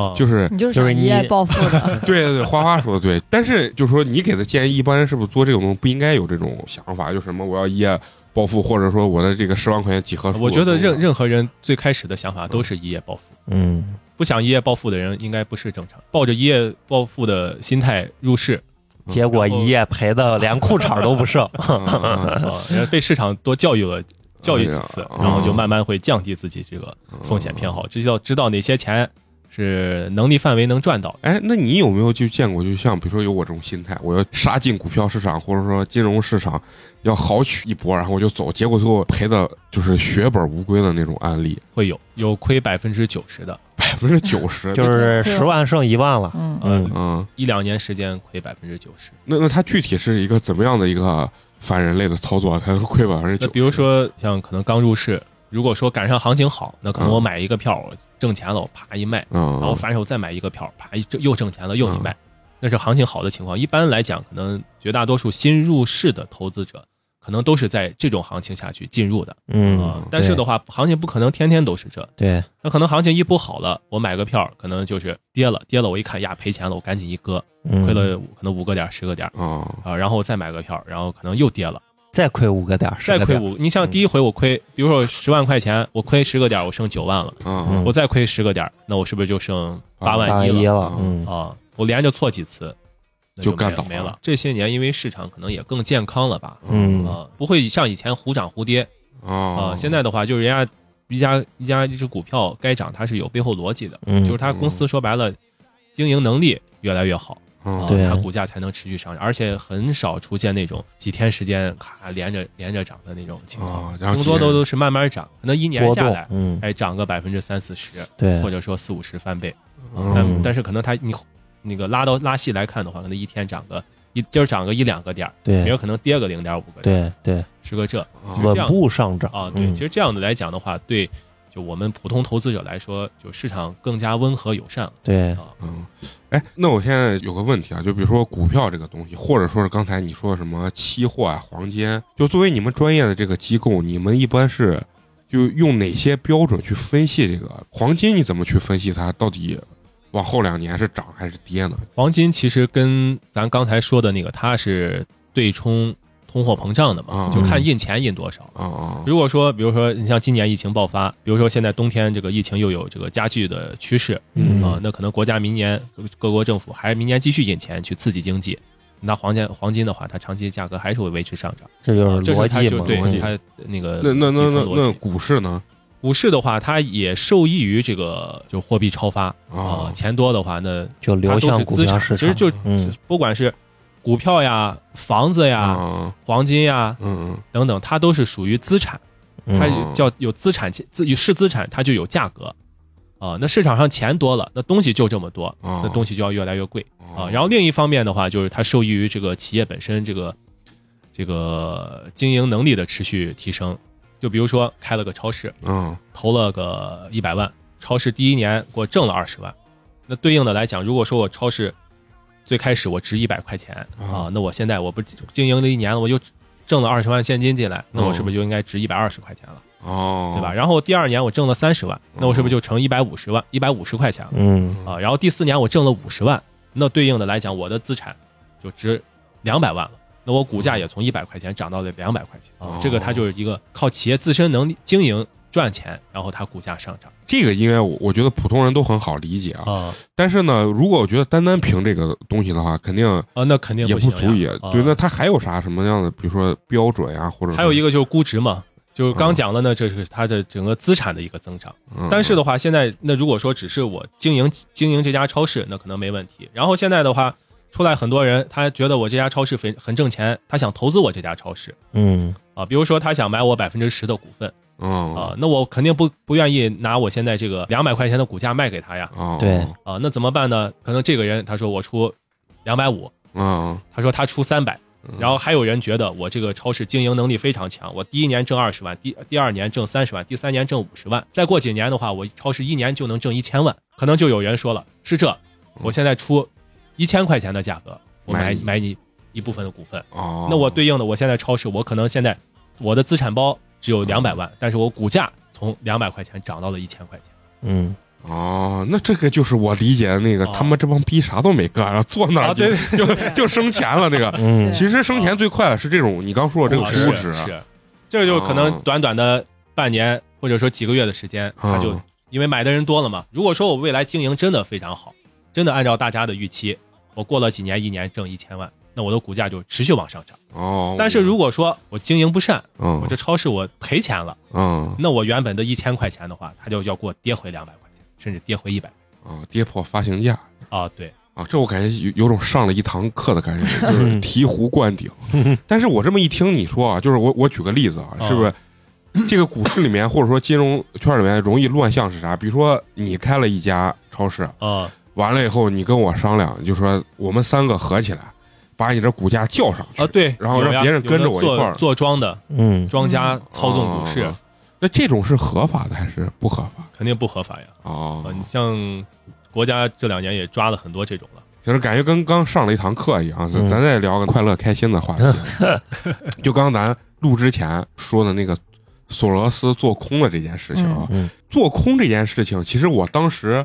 F: 啊，
A: 就是是
C: 你就是
D: 就是
C: 想一夜
D: 你
C: 暴富的，
A: 对对对，花花说的对，但是就是说你给的建议，一般人是不是做这种东西不应该有这种想法？就什么我要一夜暴富，或者说我的这个十万块钱几何数？
F: 啊我觉得任任何人最开始的想法都是一夜暴富。
D: 嗯
F: 不想一夜暴富的人应该不是正常，抱着一夜暴富的心态 入市
D: 嗯，结果一夜赔的连裤衩都不 剩，
A: 嗯嗯嗯
F: 啊，然后被市场多教育了教育几次
A: 哎呀，
F: 然后就慢慢会降低自己这个
A: 嗯
F: 风险偏好，知道知道哪些钱是能力范围能赚到的。
A: 哎，那你有没有就见过，就像比如说有我这种心态，我要杀进股票市场或者说金融市场，要豪取一波，然后我就走，结果最后赔的就是血本无归的那种案例，
F: 会有有亏百分之九十的，
A: 百分之九十。
D: 就是十万剩一万了，
C: 嗯，
D: 嗯
A: 嗯，
F: 一两年时间亏百分之九十。
A: 那那它具体是一个怎么样的一个反人类的操作才能亏百分之
F: 那
A: 九？
F: 比如说像可能刚入市，如果说赶上行情好，那可能我买一个票我挣钱了，我啪一卖，
A: 嗯，
F: 然后反手再买一个票，啪一挣又挣钱了又一
D: 嗯
F: 卖，那是行情好的情况。一般来讲，可能绝大多数新入市的投资者，可能都是在这种行情下去进入的。
D: 嗯
F: 啊，但是的话，行情不可能天天都是这，
D: 对，
F: 那可能行情一不好了，我买个票可能就是跌了，跌了我一看呀赔钱了，我赶紧一割，
D: 嗯
F: 亏了可能五个点儿十个点儿
A: 哦
F: 啊，然后我再买个票，然后可能又跌了，
D: 再亏五个点儿，
F: 再
D: 十个
F: 亏
D: 点儿，嗯
F: 五，你像第一回我亏，比如说十万块钱，我亏十个点儿，我剩九万了，
A: 嗯
F: 我再亏十个点儿，那我是不是就剩八
D: 八
F: 万
D: 万
F: 一
D: 一
F: 了
D: 了，嗯
F: 啊？我连着错几次，那
A: 就
F: 没
A: 干
F: 了
A: 倒
F: 没
A: 了
F: 了。这些年因为市场可能也更健康了吧，
D: 嗯
F: 啊，不会像以前忽涨忽跌，啊、
A: 哦，
F: 现在的话就是人家一家一家一只股票该涨，它是有背后逻辑的，
D: 嗯，
F: 就是它公司说白了，经营能力越来越好，
A: 嗯
F: 啊、
D: 对
F: 它股价才能持续上涨，而且很少出现那种几天时间咔连着连着涨的那种情况，
A: 哦然后
F: 更多
A: 几
F: 都
A: 年
F: 都是慢慢涨，可能一年
D: 波
F: 下
D: 动
F: 来，，
D: 嗯，
F: 哎，涨个百分之三四十，
D: 对
F: 或，者说四五十翻倍，但、
A: 嗯
F: 但是可能它你那个拉到拉细来看的话，可能一天涨个一今儿涨个一两个点儿，明
D: 对
F: 儿，可能跌个零点五个点儿，
D: 对对，
F: 是个这。
A: 哦
F: 其实这
D: 稳
F: 样
D: 步上涨
F: 啊，对，
D: 嗯
F: 其实这样的来讲的话，对，就就我们普通投资者来说，就市场更加温和友善了。
D: 对，
A: 嗯，哎，那我现在有个问题啊，就比如说股票这个东西，或者说是刚才你说的什么期货啊、黄金，就作为你们专业的这个机构，你们一般是就用哪些标准去分析这个黄金？你怎么去分析它到底往后两年是涨还是跌呢？
F: 黄金其实跟咱刚才说的那个，它是对冲通货膨胀的嘛
D: 嗯
A: 啊，
F: 就看印钱印多少。
A: 啊啊
F: 如果说，比如说你像今年疫情爆发，比如说现在冬天这个疫情又有这个加剧的趋势啊、
D: 嗯
F: 那可能国家明年各国政府还是明年继续印钱去刺激经济。那黄金黄金的话，它长期价格还是会维持上涨，
D: 这就是
F: 这
D: 逻
F: 是它
D: 辑
F: 就
D: 嘛，嗯
F: 对
A: 逻辑
F: 它那个
A: 那那那
F: 底层
A: 那
F: 逻辑
A: 那股市呢？
F: 股市的话，它也受益于这个就货币超发啊、
A: 啊，
F: 钱多的话，那
D: 就
F: 它
D: 流
F: 都
D: 向
F: 是
D: 股
F: 资
D: 票
F: 产，
D: 市场。
F: 其实就
D: 嗯
F: 不管是股票呀、房子呀、
A: 啊，
F: 黄金呀
A: 嗯嗯
F: 等等，它都是属于资产。它
D: 嗯
A: 嗯
F: 叫有资产，资是资产，它就有价格啊、那市场上钱多了，那东西就这么多，
A: 啊，
F: 那东西就要越来越贵
A: 啊，
F: 啊、然后另一方面的话，就是它受益于这个企业本身这个这个经营能力的持续提升。就比如说开了个超市，
A: 嗯
F: 投了个一百万，超市第一年给我挣了二十万，那对应的来讲，如果说我超市最开始我值一百块钱啊、那我现在我不是经营了一年了，我就挣了二十万现金进来，那我是不是就应该值一百二十块钱了？
A: 哦，
F: 对吧？？然后第二年我挣了三十万，那我是不是就乘一百五十万、一百五十块钱了
D: 嗯
F: 啊？然后第四年我挣了五十万，那对应的来讲，我的资产就值两百万了。那我股价也从一百块钱涨到了两百块钱
A: 哦
F: 啊！这个它就是一个靠企业自身能力经营赚钱，然后它股价上涨
A: 这个应该我我觉得普通人都很好理解啊。
F: 啊
A: 但是呢，如果我觉得单单凭这个东西的话，肯定
F: 啊，那肯定
A: 也
F: 行呀
A: 足以。
F: 啊
A: 对，那它还有啥什么样的，比如说标准啊，或者
F: 还有一
A: 个，
F: 个就是估值嘛，就
A: 嗯
F: 是刚讲的呢，这是它的整个资产的一个增长。
A: 嗯
F: 但是的话，现在那如果说只是我经营经营这家超市，那可能没问题。然后现在的话，出来很多人，他觉得我这家超市很很挣钱，他想投资我这家超市
D: 嗯
F: 啊，比如说他想买我百分之十的股份
A: 嗯
F: 啊，那我肯定不不愿意拿我现在这个两百块钱的股价卖给他呀
A: 啊
D: 对
F: 啊，那怎么办呢？可能这个人他说我出两百五，
A: 嗯，
F: 他说他出三百。然后还有人觉得我这个超市经营能力非常强，我第一年挣二十万，第第二年挣三十万，第三年挣五十万，再过几年的话，我超市一年就能挣一千万。可能就有人说了，是这，我现在出一千块钱的价格，我
A: 买
F: 嗯买
A: 你
F: 买你一部分的股份，
A: 哦，
F: 那我对应的我现在超市，我可能现在我的资产包只有两百万，但是我股价从两百块钱涨到了一千块钱。
D: 嗯，
A: 哦，那这个就是我理解的那个，
F: 哦
A: 他们这帮逼啥都没干，然后坐那儿
F: 啊
A: 就
F: 对
A: 就就生钱了。这个
D: 嗯
C: 对
A: 其实生钱最快的是这种，你刚说的这个
F: 啊
A: 估
F: 是
A: 值，哦
F: 是，这就可能短短的半年或者说几个月的时间，他就
A: 嗯
F: 因为买的人多了嘛。如果说我未来经营真的非常好，真的按照大家的预期，我过了几年一年挣一千万，那我的股价就持续往上涨。
A: 哦，
F: 但是如果说我经营不善，
A: 嗯
F: 我这超市我赔钱了，
A: 嗯
F: 那我原本的一千块钱的话，它就要给我跌回两百块钱，甚至跌回一百。
A: 啊，跌破发行价
F: 啊，对，
A: 啊，这我感觉有有种上了一堂课的感 觉，就是醍醐灌顶。但是我这么一听你说啊，就是我我举个例子啊，
F: 啊
A: 是不是？这个股市里面或者说金融圈里面容易乱象是啥？比如说你开了一家超市，
F: 啊
A: 完了以后你跟我商量，就说我们三个合起来，把你这股价叫上去
F: 啊，。对，
A: 然后
F: 有
A: 让
F: 呀
A: 别人
F: 有
A: 跟
F: 的
A: 着我一
F: 做
A: 块儿
F: 做庄的
D: 嗯
F: 庄家操纵股市
A: 啊，那这种是合法的还是不合法？
F: 肯定不合法呀。啊，
A: 哦
F: 你，像国家这两年也抓了很多这种了。
A: 就是感觉跟刚上了一堂课一样。咱
D: 嗯
A: 咱再聊个快乐开心的话题， 就刚咱录之前说的那个索罗斯做空的这件事情啊，
D: 嗯嗯
A: 做空这件事情，其实我当时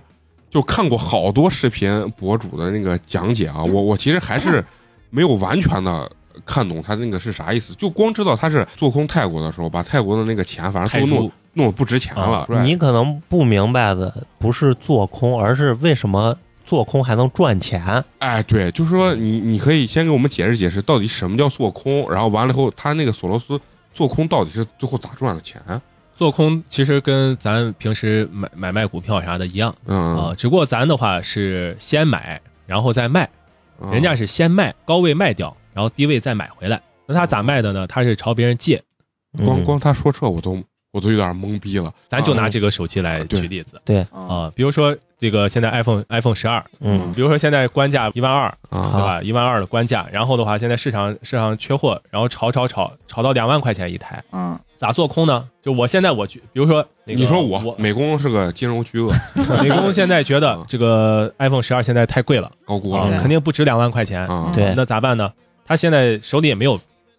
A: 就看过好多视频博主的那个讲解啊，我我其实还是没有完全的。看懂他那个是啥意思，就光知道他是做空泰国的时候，把泰国的那个钱反正
F: 泰
A: 都弄
F: 铢
A: 弄得不值钱了
F: 啊。
A: 是吧
D: 你可能不明白的不是做空，而是为什么做空还能赚钱。
A: 哎，对，就是说
F: 嗯
A: 你你可以先给我们解释解释，到底什么叫做空，然后完了以后，他那个索罗斯做空到底是最后咋赚的钱？
F: 做空其实跟咱平时买买卖股票啥的一样
A: 嗯
F: 啊，只不过咱的话是先买，然后再卖，
A: 嗯
F: 人家是先卖高位卖掉，然后低位再买回来。那他咋卖的呢？他是朝别人借，
A: 光
D: 嗯
A: 光他说这我都我都有点懵逼了，
F: 咱就
A: 啊
F: 拿这个手机
A: 啊
F: 来
A: 对
F: 举例子
D: 对，
F: 啊，比如说这个现在 iPhone iPhone 十二，
D: 嗯
F: 比如说现在官价一万二，对
A: 啊
D: 好
F: 吧？一万二的官价，然后的话，现在市场市场缺货，然后炒炒炒炒到两万块钱一台，
C: 嗯
F: 咋做空呢？就我现在我去，比如说、那个
A: 你说
F: 我
A: 美工是个金融巨鳄，
F: 美工现在觉
A: 嗯
F: 得这个 iPhone 十二现在太贵 了，
A: 高估
F: 啊
A: 了
C: 对
F: 肯定不值两万块钱。
A: 啊
D: 对
F: 那咋办呢？他现在手里也没有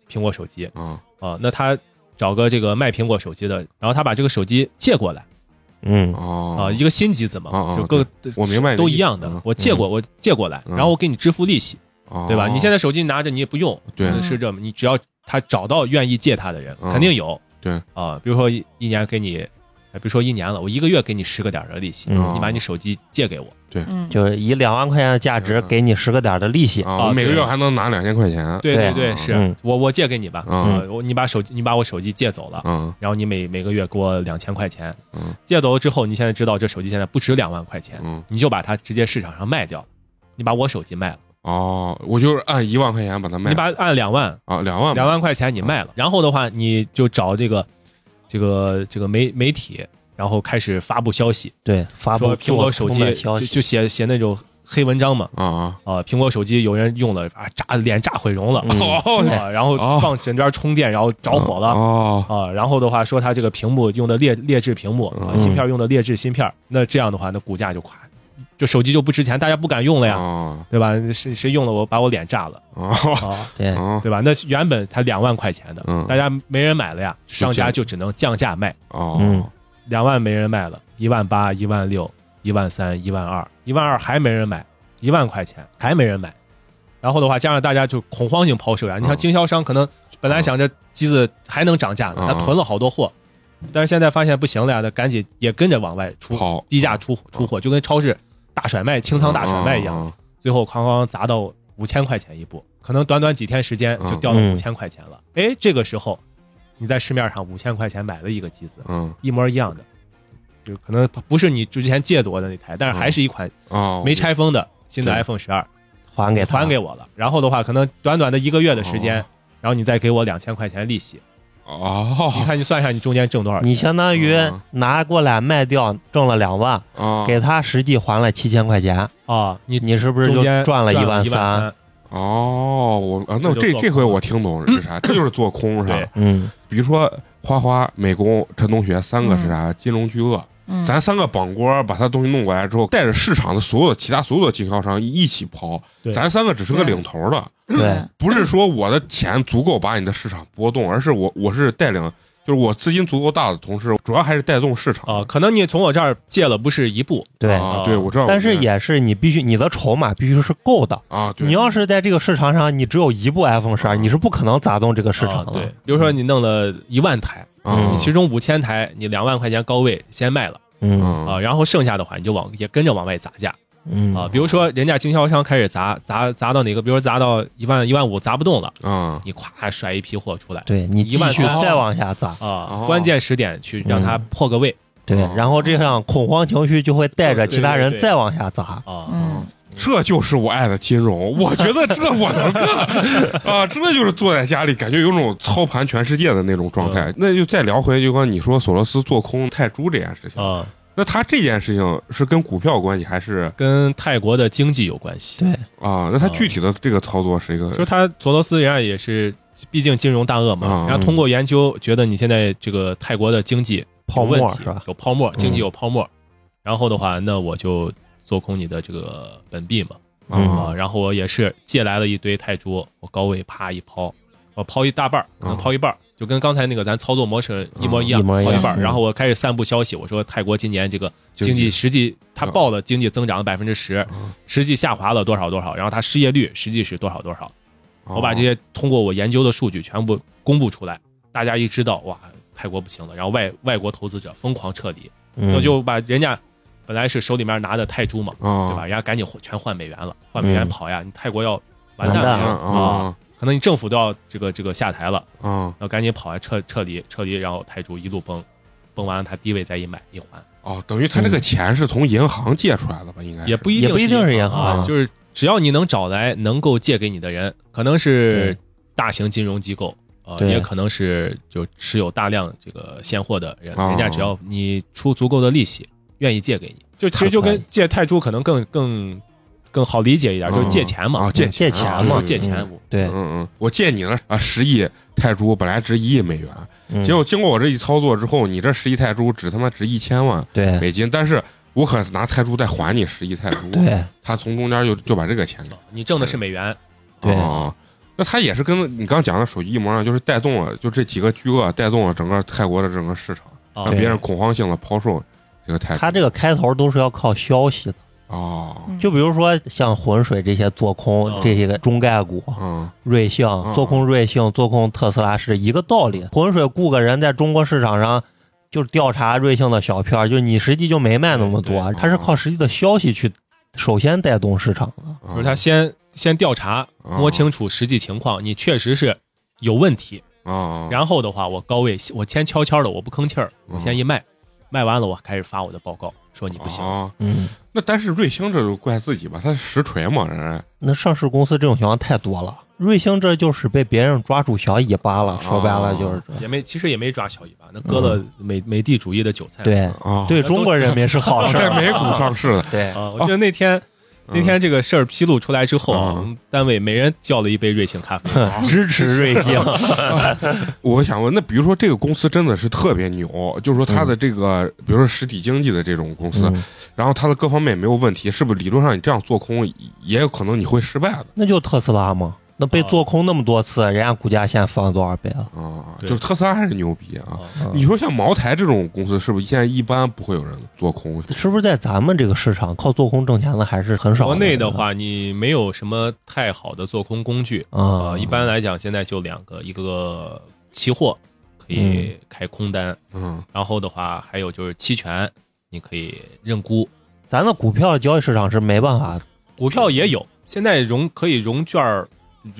F: 苹果手机
A: 啊
F: 啊，那他找个这个卖苹果手机的，然后他把这个手机借过来
D: 嗯
F: 啊，
A: 哦
F: 一个新机子嘛，
A: 啊啊
F: 就各
A: 我明白你的
F: 都
A: 意
F: 一
A: 思
F: 样的，我借过我借过来，
A: 嗯
F: 然后我给你支付利息，
A: 啊，
F: 对吧？你现
A: 在
F: 在手机拿着你也不用，
A: 对
F: 嗯是这么，你只要他找到愿意借他的人，
A: 嗯
F: 肯定有。
A: 对
F: 啊，比如说一一年给你，哎比如说一年了，我一个月给你十个点儿的利息，
D: 嗯
F: 你把你手机借给我，
E: 嗯，
D: 就是以两万块钱的价值给你十个点儿的利息，
A: 啊，
F: 啊
A: 每个
F: 对
A: 月还能拿两千块钱，
F: 对
D: 对
F: 对，
A: 啊
F: 是、
D: 嗯
F: 我我借给你吧，
A: 嗯
F: 呃我你把手机你把我手机借走了，
A: 嗯
F: 然后你每每个月给我两千块钱，
A: 嗯
F: 借走了之后，你现在知道这手机现在不值两万块钱，
A: 嗯
F: 你就把它直接市场上卖掉，你把我手机卖了，
A: 哦，我就是按一万块钱把它卖，
F: 你把按两万
A: 啊两万吧
F: 两万块钱你卖了，然后的话你就找这个这个这个媒媒体，然后开始发布消息，
D: 对，发布
F: 说苹果手机
D: 的
F: 就
D: 消息，
F: 就写写那种黑文章嘛，
A: 啊啊
F: 啊、苹果手机有人用了啊，炸脸炸毁容了，
D: 嗯
F: 啊然后放枕边充电，然后着火了。
A: 哦
F: 啊，然后的话说它这个屏幕用的劣劣质屏幕，啊
A: 嗯
F: 芯片用的劣质芯片，那这样的话，那股价就垮，就手机就不值钱，大家不敢用了
D: 哦
F: 呀，
A: 啊
F: 对吧？谁谁用了我把我脸炸了
A: 啊
F: 啊，
D: 对，
A: 啊
F: 对吧？那原本才两万块钱的
A: 嗯，
F: 大家没人买了呀，
A: 是这
F: 商
A: 样
F: 家就只能降价卖，
A: 哦
D: 嗯
F: 两万没人卖了，一万八、一万六、一万三、一万二、一万二还没人买，一万块钱还没人买。然后的话，加上大家就恐慌性抛售呀，你像
A: 嗯
F: 经销商可能本来想着机子还能涨价呢，
A: 嗯
F: 他囤了好多货，但是现在发现不行了呀，那赶紧也跟着往外出
A: 跑
F: 低价出出货，就跟超市大甩卖、清仓大甩卖一样，
A: 嗯，
F: 最后哐哐砸到五千块钱一部，可能短短几天时间就掉到
D: 嗯
F: 五千块钱了。哎，这个时候你在市面上五千块钱买了一个机子，
A: 嗯
F: 一模一样的，就可能不是你之前借走我的那台，但是还是一款
A: 嗯哦
F: 没拆封的新的
A: 对
F: iPhone 十二，
D: 还给他
F: 还给我了。然后的话，可能短短的一个月的时间
A: 哦，
F: 然后你再给我两千块钱利息，你
A: 哦
F: 看你算一下你中间挣多少钱？
D: 你相当于
A: 嗯
D: 拿过来卖掉挣了两万，
A: 啊
D: 给他实际还了七千块钱，
F: 啊，你
D: 你是不是
F: 中
D: 就
F: 间
D: 赚了
F: 一
D: 一万三？
F: 三，
A: 哦，我啊，那我
F: 这就
A: 这
F: 做
A: 这回我听懂了是啥，这就是做空是
F: 对
A: 吧？
D: 嗯，
A: 比如说花花、美工、陈同学三个是啥？金融巨鳄，
E: 嗯
A: 咱三个绑锅把他东西弄过来之后，带着市场的所有其他所有的经销商一起抛
F: 对，
A: 咱三个只是个领头的，
D: 对，
A: 不是说我的钱足够把你的市场波动，而是我我是带领，就是我资金足够大的同时，主要还是带动市场
F: 啊，可能你从我这儿借了不是一步，
D: 对。
A: 啊，对我知
F: 哦
A: 道，
D: 但是
A: 我
D: 也是你必须你的筹码必须是够的，
A: 啊，对
D: 你要是在这个市场上你只有一部 iPhone 十二，你是不可能砸动这个市
F: 啊
D: 场的。
F: 对，比如
D: 嗯
F: 说你弄了一万台，
A: 啊
F: 你其中五千台你两万块钱高位先卖了
D: 嗯
A: 啊
F: 啊，然后剩下的话你就往也跟着往外砸价。
D: 嗯
F: 啊，比如说人家经销商开始砸砸砸到哪个，比如砸到一万一万五砸不动了，
A: 啊
F: 你咵甩一批货出来
D: 对你继
F: 一万
D: 续
F: 三
D: 再往下砸，
F: 啊
A: 哦，嗯
F: 关键时点去让它破个位
D: 对，然后这样恐慌情绪就会带着其他
F: 对对
D: 人
F: 对
D: 再往下砸。
F: 啊，
E: 嗯
A: 这就是我爱的金融，我觉得这我能干啊！真的就是坐在家里，感觉有种操盘全世界的那种状
F: 嗯
A: 态。那就再聊回，就刚你说索罗斯做空泰铢这件事情，
F: 啊，
A: 那他这件事情是跟股票有关系还是
F: 跟泰国的经济有关系。
D: 对，
A: 啊？那他具体的这个操作是一个
F: 嗯就是他索罗斯人家也是，毕竟金融大鳄嘛
A: 嗯，
F: 然后通过研究觉得你现在这个泰国的经济
D: 泡
F: 有问
D: 沫
F: 题
D: 是吧？嗯
F: 有泡沫，经济有泡沫，然后的话，那我就做空你的这个本币嘛。
D: 嗯
F: 啊，
A: 啊
F: 然后我也是借来了一堆泰铢，我高位啪一抛，我抛一大半儿，可能
A: 啊
F: 抛一半儿，就跟刚才那个咱操作模式一模一样，
D: 啊一模一
F: 抛
D: 样
F: 一半儿。
D: 嗯嗯
F: 然后我开始散布消息，我说泰国今年这个经济实际它
D: 嗯
A: 啊
F: 报了经济增长百分之十，实际下滑了多少多少，然后它失业率实际是多少多少。我把这些通过我研究的数据全部公布出来，大家一知道，哇，泰国不行了，然后外外国投资者疯狂撤离，
D: 那
F: 我就把人家本来是手里面拿的泰铢嘛。
A: 啊，
F: 对吧？人家赶紧换全换美元了，换美元
D: 嗯
F: 跑呀！你泰国要完蛋
D: 完
F: 了
D: 蛋
F: 呀
D: 了嗯
A: 啊
F: 可能你政府都要这个这个下台了，
A: 啊
F: 然后赶紧跑呀，撤撤离撤离，然后泰铢一路崩，崩完了它低位再一买一还，
A: 哦，等于他这个钱是从银行借出来的吧？应该是
F: 嗯也不一
D: 也不一定
F: 是
D: 是银
F: 啊，
D: 行
F: 就是只要你能找来能够借给你的人，可能是
D: 对
F: 大型金融机构。呃，
D: 对
F: 也可能是就持有大量这个现货的人，
A: 啊
F: 人家只要你出足够的利息，愿意借给你，就其实就
D: 太快
F: 跟借泰铢可能更更更好理解一点，就是借钱嘛，
A: 啊，借
D: 哦借
A: 钱啊
D: 钱嘛
F: 就是借钱。
D: 对
A: 嗯，嗯，我借你了啊，十亿泰铢，本来值一亿美元，
D: 嗯
A: 结果经过我这一操作之后，你这十亿泰铢只他妈值一千万
D: 对
A: 美金，但是我可拿泰铢再还你十亿泰铢，啊
D: 对
A: 他从中间就就把这个钱给
F: 你挣的是美元，
D: 对
A: 哦那他也是跟你刚讲的手机一模一样，就是带动了，就这几个巨鳄带动了整个泰国的整个市场，
F: 啊
A: 让
D: 对
A: 别人恐慌性的抛售这个泰铢。
D: 他这个开头都是要靠消息的，
A: 哦，
D: 就比如说像浑水这些做
F: 嗯
D: 空这些个中概股，
A: 嗯，
D: 瑞幸做空瑞幸，做空特斯拉是一个道理。浑水雇个人在中国市场上就是调查瑞幸的小票儿，就是你实际就没卖那么多，
A: 对
D: 他是靠实际的消息去首先带动市场的。
A: 哦就
F: 就是他先先调查，
D: 哦
F: 摸清楚实际情况，你确实是有问题，
D: 哦
A: 啊，
F: 然后的话，我高位，我先悄悄的，我不吭气儿，我先一卖，卖完了我开始发我的报告，说你不
A: 嗯
F: 行，
A: 哦
D: 嗯，
A: 那但是瑞星这就怪自己吧，他是实锤嘛，人
D: 那上市公司这种情况太多了。瑞幸这就是被别人抓住小尾巴了，说白了就是这样
F: 也没其实也没抓小尾巴，那割了
A: 嗯
F: 美美帝主义的韭菜。
D: 对
A: 啊，
D: 对中国人民是好事
A: 在
D: 儿，
A: 美哦股上市的，
D: 对
F: 啊，我记得那天那天这个事儿披露出来之后啊，
A: 哦嗯
F: 我们单位每人叫了一杯瑞幸咖啡，
D: 支持 瑞幸，
A: 我想问，那比如说这个公司真的是特别牛，就是说它的这个，比如说实体经济的这种公司，
D: 嗯
A: 然后它的各方面也没有问题，是不是理论上你这样做空也有可能你会失败的
D: 那就特斯拉嘛。那被做空那么多次，人家股价现在翻了多少倍了？
A: 啊？
F: 对
A: 就是特斯拉还是牛逼啊！
D: 嗯
A: 你说像茅台这种公司，是不是现在一般不会有人做空？
D: 是不是在咱们这个市场靠做空挣钱的还是很少？
F: 国内的，话，你没有什么太好的做空工具
D: 啊、
A: 嗯
F: 啊，一般来讲现在就两个，一个期货可以开空单，
A: 嗯，
F: 然后的话还有就是期权，你可以认沽，
D: 咱的股票交易市场是没办法，啊
F: 股票也有，现在融可以融券儿，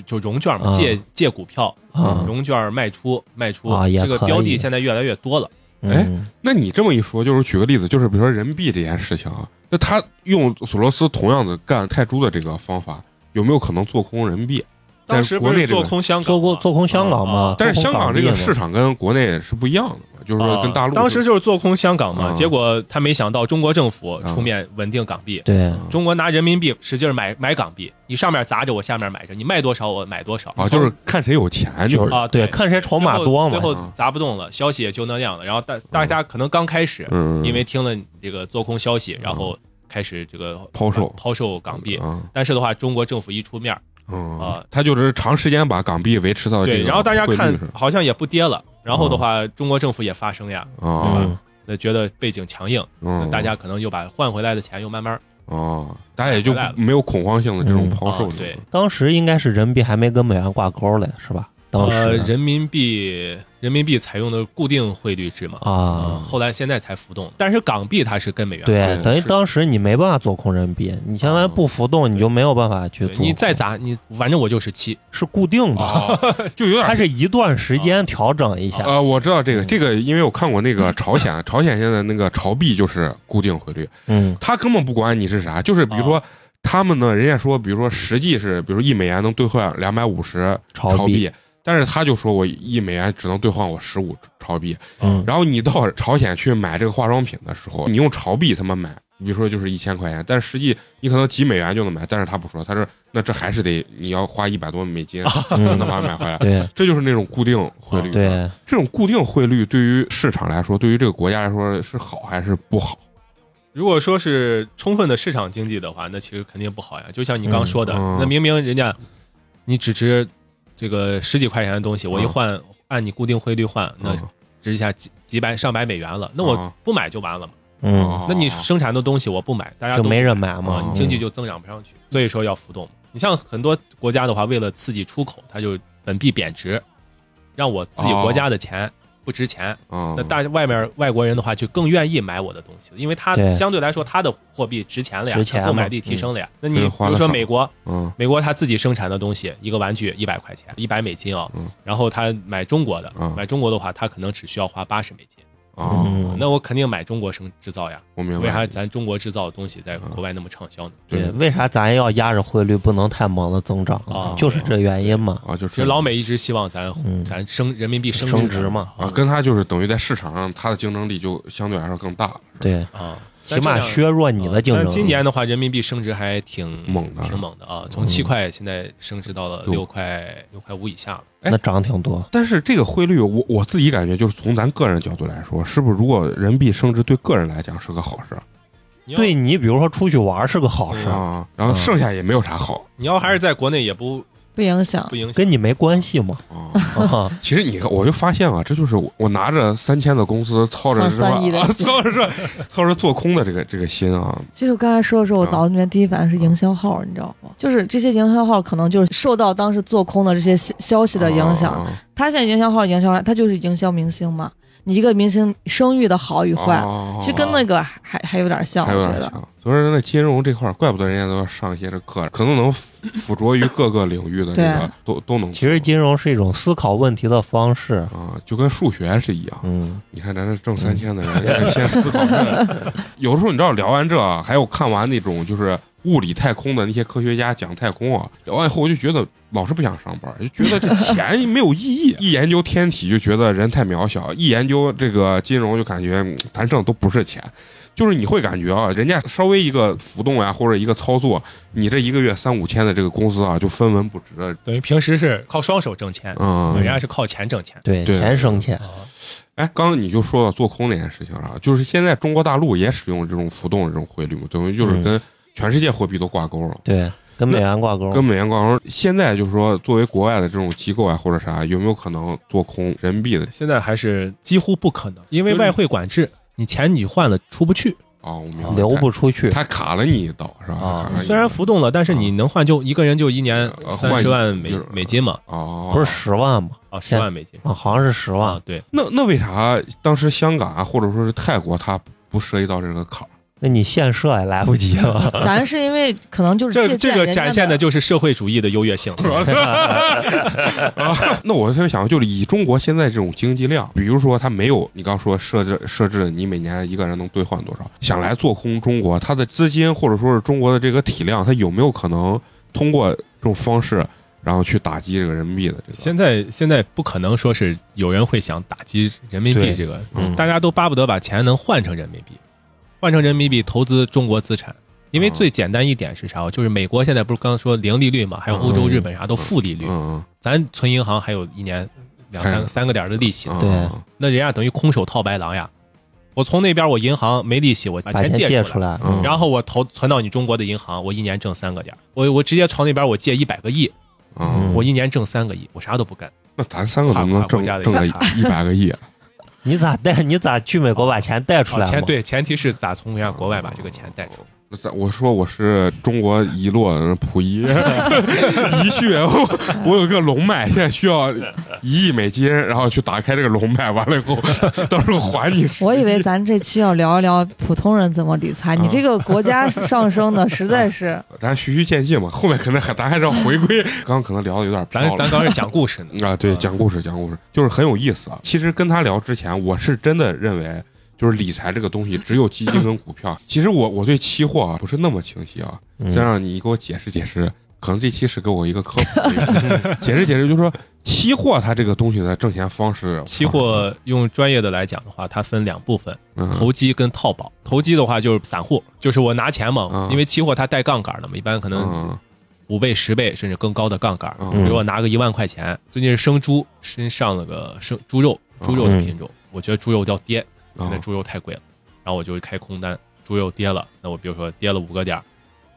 F: 就融券嘛，
D: 啊
F: 借借股票，嗯
D: 啊
F: 融券儿卖出卖出
D: 啊，也
F: 这个
D: 可
F: 标的
D: 以
F: 现在越来越多了。
D: 嗯，
A: 那你这么一说，就是举个例子，就是比如说人民币这件事情啊，那他用索罗斯同样的干泰铢的这个方法，有没有可能做空人民币？但
F: 当
A: 是
F: 时
A: 国
F: 不
A: 内
F: 是
A: 这个
F: 做空香港吗，
D: 做过做空香港嘛
F: 啊，
A: 但是香港这个市
D: 场，
A: 场跟国内是不一样的嘛，就是说跟大陆
F: 啊当时就是做空香港嘛，
A: 啊
F: 结果他没想到中国政府出面稳定港币，
D: 对，
F: 中国拿人民币使劲买买港币，你上面砸着我下面买着，你卖多少我买多少
A: 啊，就是看谁有钱，就是
F: 啊
D: 对，
F: 对
D: 看谁筹
F: 最
D: 码
F: 后
D: 多
F: 最
D: 嘛，
F: 后砸不动了，消息也就那样了。然后大大家可能刚开始，
A: 嗯，
F: 因为听了你这个做空消息，然后开始这个
A: 抛售
F: 抛售港币。
A: 啊，
F: 但是的话，中国政府一出面，
A: 嗯
F: 啊
A: 他就是长时间把港币维持到啊这
F: 对，
A: 个
F: 然后大家
A: 汇率嗯
F: 看
A: 上
F: 好像也不跌了，然后的话，中国政府也发声呀，
A: 啊，
F: 那觉得背景强硬，
A: 嗯，
F: 嗯大家可能又把换回来的钱又慢慢
A: 啊，大家也就
F: 回来了
A: 没有恐慌性的这种
D: 嗯
A: 抛售
F: 啊
A: 了，
F: 对
D: 当时应该是人民币还没跟美元挂钩嘞，是吧？
A: 哦
D: 当
A: 啊
D: 时、
F: 呃人民币人民币采用的固定汇率制嘛，
D: 啊
F: 嗯，后来现在才浮动，但是港币它是跟美元
D: 对，
A: 对
D: 等于
A: 是
D: 当时你没办法做空人民币，你相当于不浮动，你就没有办法去
F: 对
D: 做。
F: 你再砸你，反正我就是七，
D: 是固定的，
A: 啊，就有点
D: 它是一段时间调整一下，
A: 啊，我知道这个，
F: 嗯
A: 这个因为我看过那个朝鲜，朝鲜现在那个朝币就是固定汇率，
D: 嗯
A: 他根本不管你是啥，就是
F: 啊
A: 比如说。他们呢，人家说，比如说实际是，比如说一美元能兑换两百五十
D: 炒
A: 朝币，但是他就说我一美元只能兑换我十五朝币，
D: 嗯，
A: 然后你到朝鲜去买这个化妆品的时候，你用朝币他们买，比如说就是一千块钱，但实际你可能几美元就能买，但是他不说，他说那这还是得你要花一百多美金 才能把它买回 来，
D: 嗯对
A: 这就是那种固定汇率。，
D: 啊对，
A: 这种固定汇率对于市场来说，对于这个国家来说是好还是不好？
F: 如果说是充分的市场经济的话，那其实肯定不好呀。就像你刚说的，
A: 嗯嗯
F: 那明明人家你只值这个十几块钱的东西，我一换、按你固定汇率换，那
A: 嗯
F: 值一下几几百上百美元了，那我
A: 嗯哦
F: 不买就完了嘛。
A: 啊
D: 嗯，
F: 那你生产的东西我不买，啊大家
D: 就
F: 都
D: 没人买
F: 啊，
D: 嘛
F: 你，经济就增长不上去，所以说要浮动。你像很多国家的话，为了刺激出口，它就本币贬值，让我自己国家的钱不值钱，
D: 嗯
A: 啊，
F: 那大外面外国人的话，就更愿意买我的东西了，因为他
D: 对
F: 相对来说他的货币值钱了呀，
D: 值钱
F: 它购买
D: 嘛
F: 力提
D: 嗯
F: 升了呀。那
A: 对
F: 你比
A: 花
F: 如
A: 得
F: 说
A: 少
F: 美国，
A: 嗯
F: 美国他自己生产的东西，一个玩具一百块钱，一百美金啊、
A: 嗯
F: 然后他买中国的
A: 嗯，
F: 买中国的话，他可能只需要花八十美金。
A: 啊，
D: 嗯
F: 那我肯定买中国生制造呀，
A: 我明
F: 为
A: 白
F: 啥。咱中国制造的东西在国外那么畅销呢？
D: 对，为啥咱要压着汇率不能太猛的增长
F: 啊？
D: 就是这原因嘛，
A: 啊，就是
F: 其实老美一直希望咱
D: 嗯
F: 咱升人民币升
D: 升
F: 值
D: 值嘛，啊
A: 啊，跟他就是等于在市场上他的竞争力就相对来说更大了。
D: 对，
F: 啊，
D: 起码削弱你的竞
F: 但
D: 争
F: 是
D: 力。
F: 今年的话，人民币升值还挺
A: 猛的
F: 挺猛的啊！从七块现在升值到了
A: 哟
F: 六块六块五以下了。
A: 哎
D: 那涨挺多，
A: 但是这个汇率，我我自己感觉就是从咱个人角度来说，是不是如果人民币升值对个人来讲是个好事
F: 你要
D: 对你比如说出去玩是个好事，
F: 嗯
A: 啊？然后
D: 嗯
A: 剩下也没有啥好
F: 你要还是在国内也不
C: 不影响
F: 不。影响。
D: 跟你没关系 嘛。
A: 啊。
D: 啊
A: 其实你看，我就发现啊，这就是我我拿着三千的工资，操着
C: 操
A: 是吧
C: 三亿的
A: 啊
C: 心
A: 操着这操着做空的这个这个心啊，
C: 其实我刚才说的时候，我
A: 啊
C: 脑子里面第一反应是营销号，你知道吗？就是这些营销号可能就是受到当时做空的这些消消息的影响。
A: 啊
C: 他现在营销号营销号，他就是营销明星嘛。你一个明星声誉的好与坏，
A: 啊
C: 其实跟那个还还还有点像，
A: 还
C: 我
A: 有
C: 觉
A: 点
C: 得。
A: 像。所以说，那金融这块儿，怪不得人家都要上一些这课，可能能附附着于各个领域的这
C: 对
A: 个
C: 啊
A: 都都能做。
D: 其实金融是一种思考问题的方式。
A: 啊，就跟数学是一样。
D: 嗯，
A: 你看咱这挣三千的
C: 嗯
A: 人，人家 先思考这个。有的时候你知道，聊完这啊，还有看完那种就是物理太空的那些科学家讲太空啊，聊完以后我就觉得老是不想上班，就觉 得这钱没有意义。一研究天体就觉得人太渺小，一研究这个金融就感觉嗯咱挣的都不是钱。就是你会感觉啊，人家稍微一个浮动啊，或者一个操作，你这一个月三五千的这个工资啊，就分文不值。
F: 等于平时是靠双手挣钱，
A: 嗯，
F: 人家是靠钱挣钱。
D: 对，
A: 对
D: 钱生钱，
F: 啊，
A: 哎，刚刚你就说到做空那件事情了，就是现在中国大陆也使用这种浮动的这种汇率嘛，等于就是跟全世界货币都挂钩了，
D: 对，跟美元挂钩。
A: 跟美元挂钩。现在就是说，作为国外的这种机构啊或者啥，有没有可能做空人民币的
F: 现在还是几乎不可能，因为外汇管制，你钱你换了出不去。
A: 啊？我明白，
D: 流不出去，
A: 他，他卡了你一刀是吧？
D: 啊
A: 卡了你一刀
F: 虽然浮动了，但是你能换就一个人就一年
A: 呃
F: 三
A: 换
F: 十
A: 一
F: 万美
A: 就是
F: 美金嘛，
A: 哦，
D: 不是十万嘛？
F: 啊，十万美金
D: 啊，好像是十万
F: 啊，。对，
A: 那那为啥当时香港啊或者说是泰国它不涉及到这个坎儿？
D: 那你现设也来不及 了。
C: 咱是因为可能就是借
F: 这这
C: 鉴
F: 个
C: 人家
F: 展现的就是社会主义的优越性。
A: 那我特别想，就是以中国现在这种经济量，比如说它没有你刚说设置设置，你每年一个人能兑换多少，想来做空中国，它的资金或者说是中国的这个体量，它有没有可能通过这种方式，然后去打击这个人民币的这个？
F: 现在现在不可能说是有人会想打击人民币
D: 对
F: 这个，
A: 嗯
F: 大家都巴不得把钱能换成人民币，换成人民币投资中国资产。因为
A: 嗯
F: 最简单一点是啥？就是美国现在不是刚刚说零利率嘛，还有欧洲、
D: 嗯
F: 日本啥都负利率，
A: 嗯
F: 咱存银行还有一年两
A: 还
F: 三
A: 有
F: 三个点儿的利息
A: 嗯，
F: 呢，
D: 对
A: 嗯
F: 那人家等于空手套白狼呀。我从那边我银行没利息，我 把
D: 把
F: 钱
D: 钱
F: 借
D: 借
F: 出
D: 出
F: 来，
D: 来，
A: 嗯
F: 然后我投存到你中国的银行，我一年挣三个点儿，我我直接朝那边我借一百个亿，
A: 嗯，
F: 我一年挣三个亿，我啥都不干。
A: 那咱三个能不能挣
F: 跨国家的
A: 挣个
F: 一个
A: 一百个亿啊？
D: 你咋带？你咋去美国把钱带出
F: 啊，
D: 来
F: 前
D: 嘛？
F: 对前提是咋从人家国外把这个钱带出来。
A: 那咱我说我是中国遗落溥 仪遗血，我我有个龙脉，现在需要一亿美金，然后去打开这个龙脉，完了以后到时候还你。
C: 我以为咱这期要聊一聊普通人怎么理财，你这个国家上升的实在 是
A: 咱循序渐进嘛，后面可能还咱还是要回归。刚刚可能聊的有点飘
F: 咱
A: 了
F: 咱刚是讲故事 呢，
A: 啊，对，
F: 啊
A: 讲故事讲故事就是很有意思啊。其实跟他聊之前，我是真的认为。就是理财这个东西，只有基金跟股 票。其实我我对期货啊不是那么清晰啊，
D: 嗯
A: 再让你给我解释解释，可能这期是给我一个科普，解释解释，就是说期货它这个东西的挣钱方式，
F: 期货用专业的来讲的话，它分两部分，
A: 嗯
F: 投机跟套保。投机的话就是散户，就是我拿钱嘛，
A: 嗯
F: 因为期货它带杠杆的嘛，一般可能
A: 嗯
F: 五倍、十倍甚至更高的杠杆。
A: 嗯
F: 比如我拿个一万块钱，最近是生猪，新上了个生猪肉，猪肉的品种，我觉得猪肉要跌，现在
A: 嗯
F: 猪肉太贵了，然后我就开空单，猪肉跌了，那我比如说跌了五个点儿，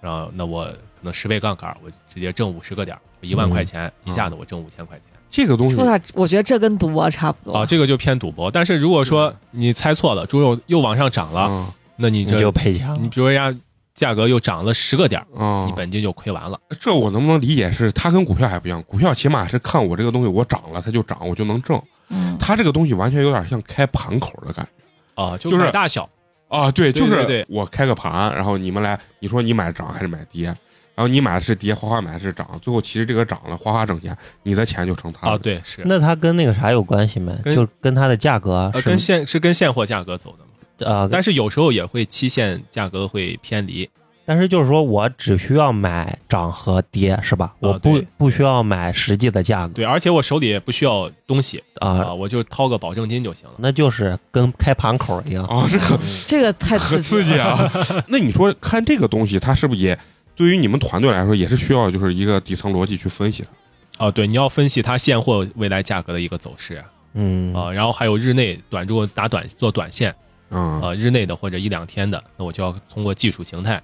F: 然后那我可能十倍杠杆儿，我直接挣五十个点儿，我一万块钱一下子我挣五千块钱
A: 这个东西
C: 说啥？我觉得这跟赌博差不
F: 啊，
C: 多。
F: 这个就偏赌博。但是如果说你猜错了，猪肉又往上涨了，
A: 啊
F: 那你
D: 你
F: 这
D: 就赔钱
F: 你
D: 了。
F: 比如人家价格又涨了十个点儿，
A: 啊
F: 你，本金就亏完了。
A: 这我能不能理解是它跟股票还不一样？股票起码是看我这个东西我涨了它就涨，我就能挣。
C: 嗯，
A: 它这个东西完全有点像开盘口的感觉。
F: 啊，就
A: 就是
F: 买大小，
A: 啊，对，
F: 对
A: 就是
F: 对对
A: 我开个盘，然后你们来，你说你买涨还是买跌，然后你买的是跌，花花买的是涨，最后其实这个涨了，花花挣钱，你的钱就成他的
F: 啊，，对，是，
D: 那它跟那个啥有关系没？
F: 跟
D: 就跟它的价格
F: 呃，
D: 是
F: 跟现是跟现货价格走的嘛，
D: 啊，
F: 但是有时候也会期限价格会偏离，
D: 但是就是说我只需要买涨和跌，是吧？我不
F: 哦对
D: 不需要买实际的价格
F: 对，而且我手里也不需要东西
D: 啊
F: 啊，，我就掏个保证金就行了。
D: 那就是跟开盘口一样。
F: 哦
A: 啊， 这个
C: 这个太
A: 很刺
C: 刺激
A: 激啊！那你说看这个东西，它是不是也对于你们团队来说也是需要就是一个底层逻辑去分析的？
F: 啊，对，你要分析它现货未来价格的一个走势
D: 嗯
F: 啊，然后还有日内短如果打短做短线
A: 嗯，
F: 啊，日内的或者一两天的，那我就要通过技术形态，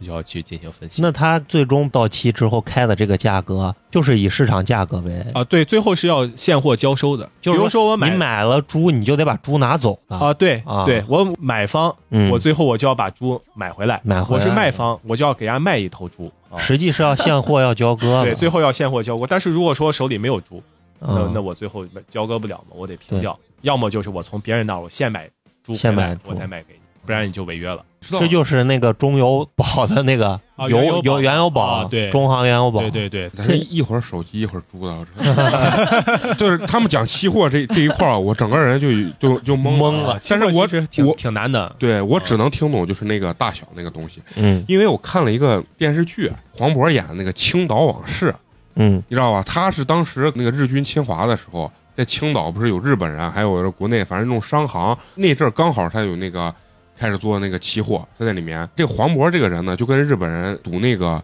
F: 我就要去进行分析。
D: 那它最终到期之后开的这个价格，就是以市场价格为，
F: 啊，对，最后是要现货交收的，
D: 就是
F: 比如说我
D: 你买了猪，你就得把猪拿走的
F: 啊，对
D: 啊
F: 对，我买方，
D: 嗯
F: 我最后我就要把猪买回来，
D: 买回来
F: 我是卖方，我就要给人家卖一头猪，啊、
D: 实际是要现货要交割的。
F: 对，最后要现货交割。但是如果说手里没有猪，那
D: 啊
F: 那我最后交割不了嘛，我得平
D: 对
F: 掉，要么就是我从别人那儿我现买猪回来，
D: 现买猪
F: 我再卖给你，不然你就违约了。
A: 知道
D: 这就是那个中油宝的那个
F: 啊原
D: 油
F: 油宝
D: 油原油宝
F: 啊，对
D: 中航原油宝，
F: 对对对，
A: 咱这一会儿手机一会儿猪的，我这 就是他们讲期货这这一块儿，我整个人就就就懵
D: 懵
F: 啊
D: 了
A: 但是
F: 期货
A: 我
F: 其实挺
A: 我
F: 挺难的
A: 对我只能听懂就是那个大小那个东西，
D: 嗯
A: 因为我看了一个电视剧，黄渤演的那个《青岛往事》，
D: 嗯
A: 你知道吧？他是当时那个日军侵华的时候，在青岛不是有日本人，还有国内反正那种商行，那阵儿刚好他有那个开始做那个期货，他在里面。这个黄渤这个人呢，就跟日本人赌那个，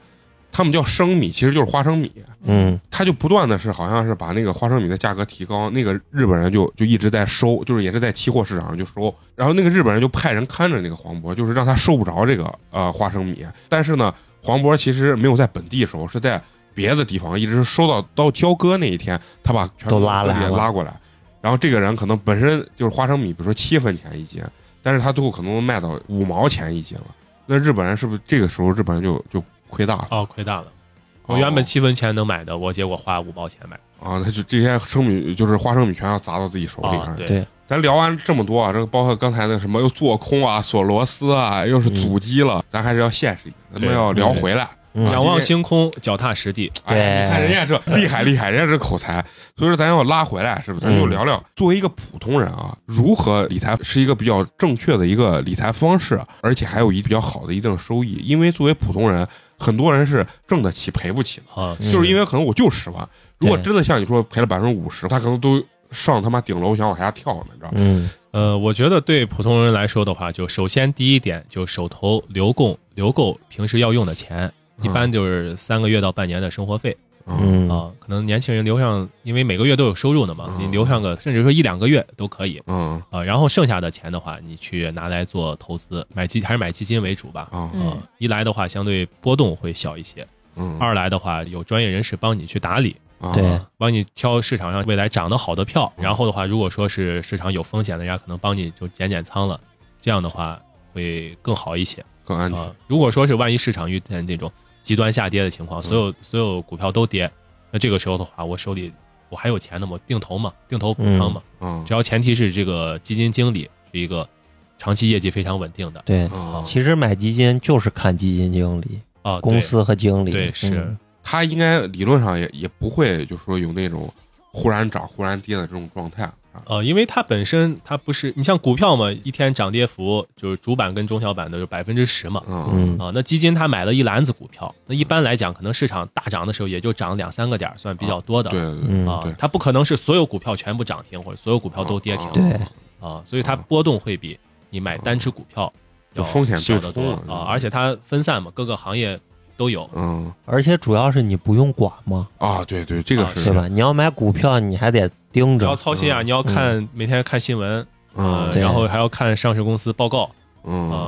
A: 他们叫生米，其实就是花生米。
D: 嗯
A: 他就不断的是好像是把那个花生米的价格提高，那个日本人就就一直在收，就是也是在期货市场上就收，然后那个日本人就派人看着那个黄渤，就是让他收不着这个呃花生米。但是呢，黄渤其实没有在本地收，是在别的地方，一直是收到到交割那一天，他把全
D: 都拉来
A: 也
D: 了
A: 拉过来。然后这个人可能本身就是花生米，比如说七分钱一斤，但是他最后可能能卖到五毛钱一斤了。那日本人是不是这个时候日本人就就亏大了？
F: 哦，亏大了。哦我原本七分钱能买的，我结果花五毛钱买
A: 啊，他就这些生米就是花生米全要砸到自己手里。
F: 啊，对
D: 哦对
A: 咱聊完这么多啊，这个包括刚才那什么又做空啊、锁螺丝啊，又是阻击了，咱还是要现实一点，咱们
F: 嗯对
A: 要聊回来。
D: 嗯
F: 仰望星空，脚踏实地。
A: 哎，你看人家这厉害厉害，人家这口才，所以说咱要拉回来，是不是？咱就
D: 嗯
A: 聊聊作为一个普通人啊，如何理财是一个比较正确的一个理财方式，而且还有一比较好的一定收益。因为作为普通人，很多人是挣得起赔不起的。
F: 啊，
D: 嗯
A: 就是因为可能我就十万，如果
D: 对
A: 真的像你说赔了百分之五十，他可能都上他妈顶楼想往下跳呢，你知道吗？
D: 嗯
F: 呃，我觉得对普通人来说的话，就首先第一点，就手头留够留够平时要用的钱，一般就是三个月到半年的生活费
A: 嗯，
D: 嗯
F: 啊。可能年轻人留上，因为每个月都有收入的嘛，
A: 嗯
F: 你留上个甚至说一两个月都可以
A: 嗯
F: 啊。然后剩下的钱的话，你去拿来做投资，买基还是买基金为主吧。
A: 啊
E: 嗯
F: 啊，一来的话相对波动会小一些，
A: 嗯，
F: 二来的话有专业人士帮你去打理，
A: 啊
D: 对
F: 啊帮你挑市场上未来涨得好的票，
A: 嗯
F: 然后的话，如果说是市场有风险的，人家可能帮你就减减仓了，这样的话会更好一些
A: 更安全。
F: 啊。如果说是万一市场遇见那种极端下跌的情况，
A: 嗯
F: 所有所有股票都跌，那这个时候的话，我手里我还有钱那么定投嘛，定投补仓嘛，
A: 嗯
F: 只要前提是这个基金经理是一个长期业绩非常稳定的
D: 对，
A: 啊，
D: 其实买基金就是看基金经理、
F: 嗯啊，对
D: 公司和经理，
F: 对是
D: 嗯
A: 他应该理论上也也不会就说有那种忽然涨忽然跌的这种状态啊。
F: 呃，因为它本身它不是你像股票嘛，一天涨跌幅就是主板跟中小板的就百分之十嘛，
A: 嗯
D: 嗯
F: 啊，那基金它买了一篮子股票，那一般来讲，可能市场大涨的时候也就涨两三个点儿，算比较多的。
A: 哦对对对，
D: 嗯
F: 啊
A: 对，
F: 它不可能是所有股票全部涨停或者所有股票都跌停
A: 啊
D: 对
F: 啊，所以它波动会比你买单只股票要
A: 风险
F: 小
A: 对
F: 得
A: 冲
F: 多
A: 了是吧
F: 啊，而且它分散嘛，各个行业都有。
A: 嗯
D: 而且主要是你不用管嘛，
A: 啊，对对，这个
F: 啊
A: 是
D: 对吧？你要买股票，你还得盯
F: 不要
D: 着，
F: 操心啊！
A: 嗯
F: 你要看每天看新闻，
A: 嗯
F: 呃
D: 对
F: 然后还要看上市公司报告啊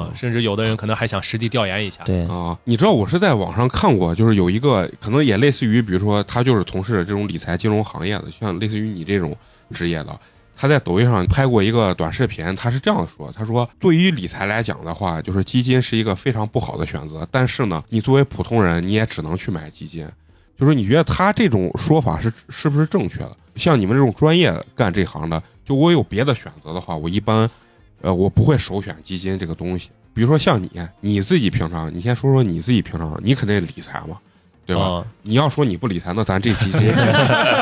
A: 嗯，
F: 甚至有的人可能还想实地调研一下。
D: 对，
A: 啊，你知道我是在网上看过，就是有一个可能也类似于，比如说他就是从事这种理财金融行业的，像类似于你这种职业的，他在抖音上拍过一个短视频，他是这样说，他说对于理财来讲的话，就是基金是一个非常不好的选择，但是呢，你作为普通人，你也只能去买基金。就是你觉得他这种说法是是不是正确的？像你们这种专业干这行的，就我有别的选择的话，我一般，呃，我不会首选基金这个东西。比如说像你，你自己平常，你先说说你自己平常，你肯定理财嘛，对吧？
F: 啊
A: 你要说你不理财，那咱这期直接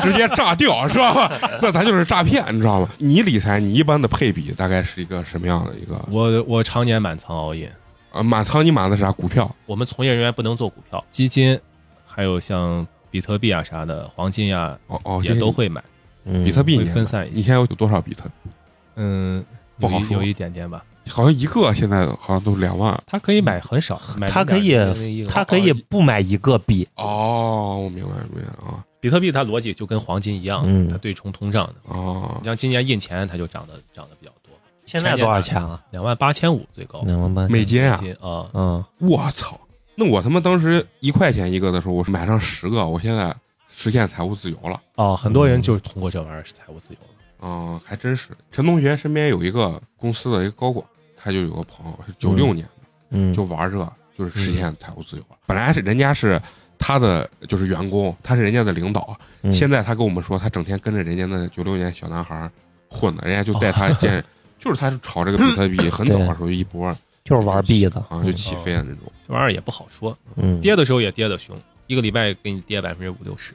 A: 直接炸掉，知道吧？那咱就是诈骗，你知道吗？你理财，你一般的配比大概是一个什么样的一个
F: 我我常年满仓熬夜
A: 啊，满仓你买的啥股票？
F: 我们从业人员不能做股票、基金，还有像比特币啊啥的、黄金呀、
A: 哦哦，
F: 也都会买，
D: 嗯
A: 比特币
F: 会
A: 你
F: 分散一
A: 你
F: 些。
A: 现在有多少比特币？
F: 嗯，
A: 不好
F: 有一
A: 说
F: 有一点点吧。
A: 好像一个现在好像都是两万。
F: 他可以买很少，买
D: 他可以
F: 0.01个一个
D: 他可以不买一个币，
A: 哦，我明白明白啊
F: 比特币它逻辑就跟黄金一样，
D: 嗯
F: 它对冲通胀的。
A: 哦
F: 你，像今年印钱，它就涨得涨得比较多，
D: 现在多少钱了？
F: 两万八千五最高。
D: 两万八千
A: 美金啊！
F: 金啊，
D: 嗯，
A: 我操！那我他妈当时一块钱一个的时候，我是买上十个，我现在实现财务自由了。
F: 哦，很多人就是通过这玩意儿是财务自由了。
A: 嗯，还真是。陈同学身边有一个公司的一个高管，他就有个朋友是九六年
D: 嗯，
A: 就玩这，就是实现财务自由了。本来是人家是他的就是员工，他是人家的领导，
D: 嗯
A: 现在他跟我们说，他整天跟着人家那九六年小男孩儿混的，人家就带
D: 哦
A: 他见， 就是他是炒这个比特 币，很早的时候一波
D: 就是玩币的
A: 啊就起飞的那种
F: 这玩意儿也不好说，
D: 嗯，
F: 跌的时候也跌得凶，一个礼拜给你跌百分之五六十。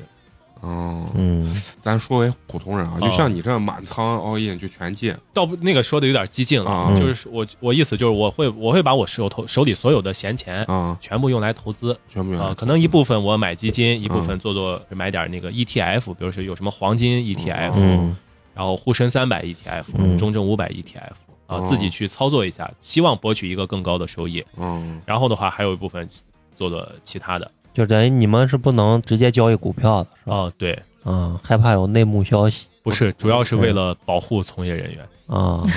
A: 哦。
D: 嗯，
A: 咱说为普通人啊，就像你这满仓 all in 就全进
F: 倒不，那个说的有点激进了，
A: 啊
D: 嗯
F: 就是我我意思就是我会我会把我手头手里所有的闲钱
A: 啊，
F: 全部用来投资
A: 全部
F: 啊、
A: 啊，
F: 可能一部分我买基金，一部分做做买点那个 ETF，比如说有什么黄金 E ETF，、
D: 嗯
F: 然后沪深三百 ETF，、
D: 嗯
F: 中证五百 ETF 啊、
A: 哦
F: 自己去操作一下，希望博取一个更高的收益。
A: 嗯，
F: 然后的话，还有一部分做做其他的
D: 就等于你们是不能直接交易股票的，是吧？
F: 啊、对，
D: 啊，害怕有内幕消息
F: 不是，主要是为了保护从业人员
D: 啊，
C: 嗯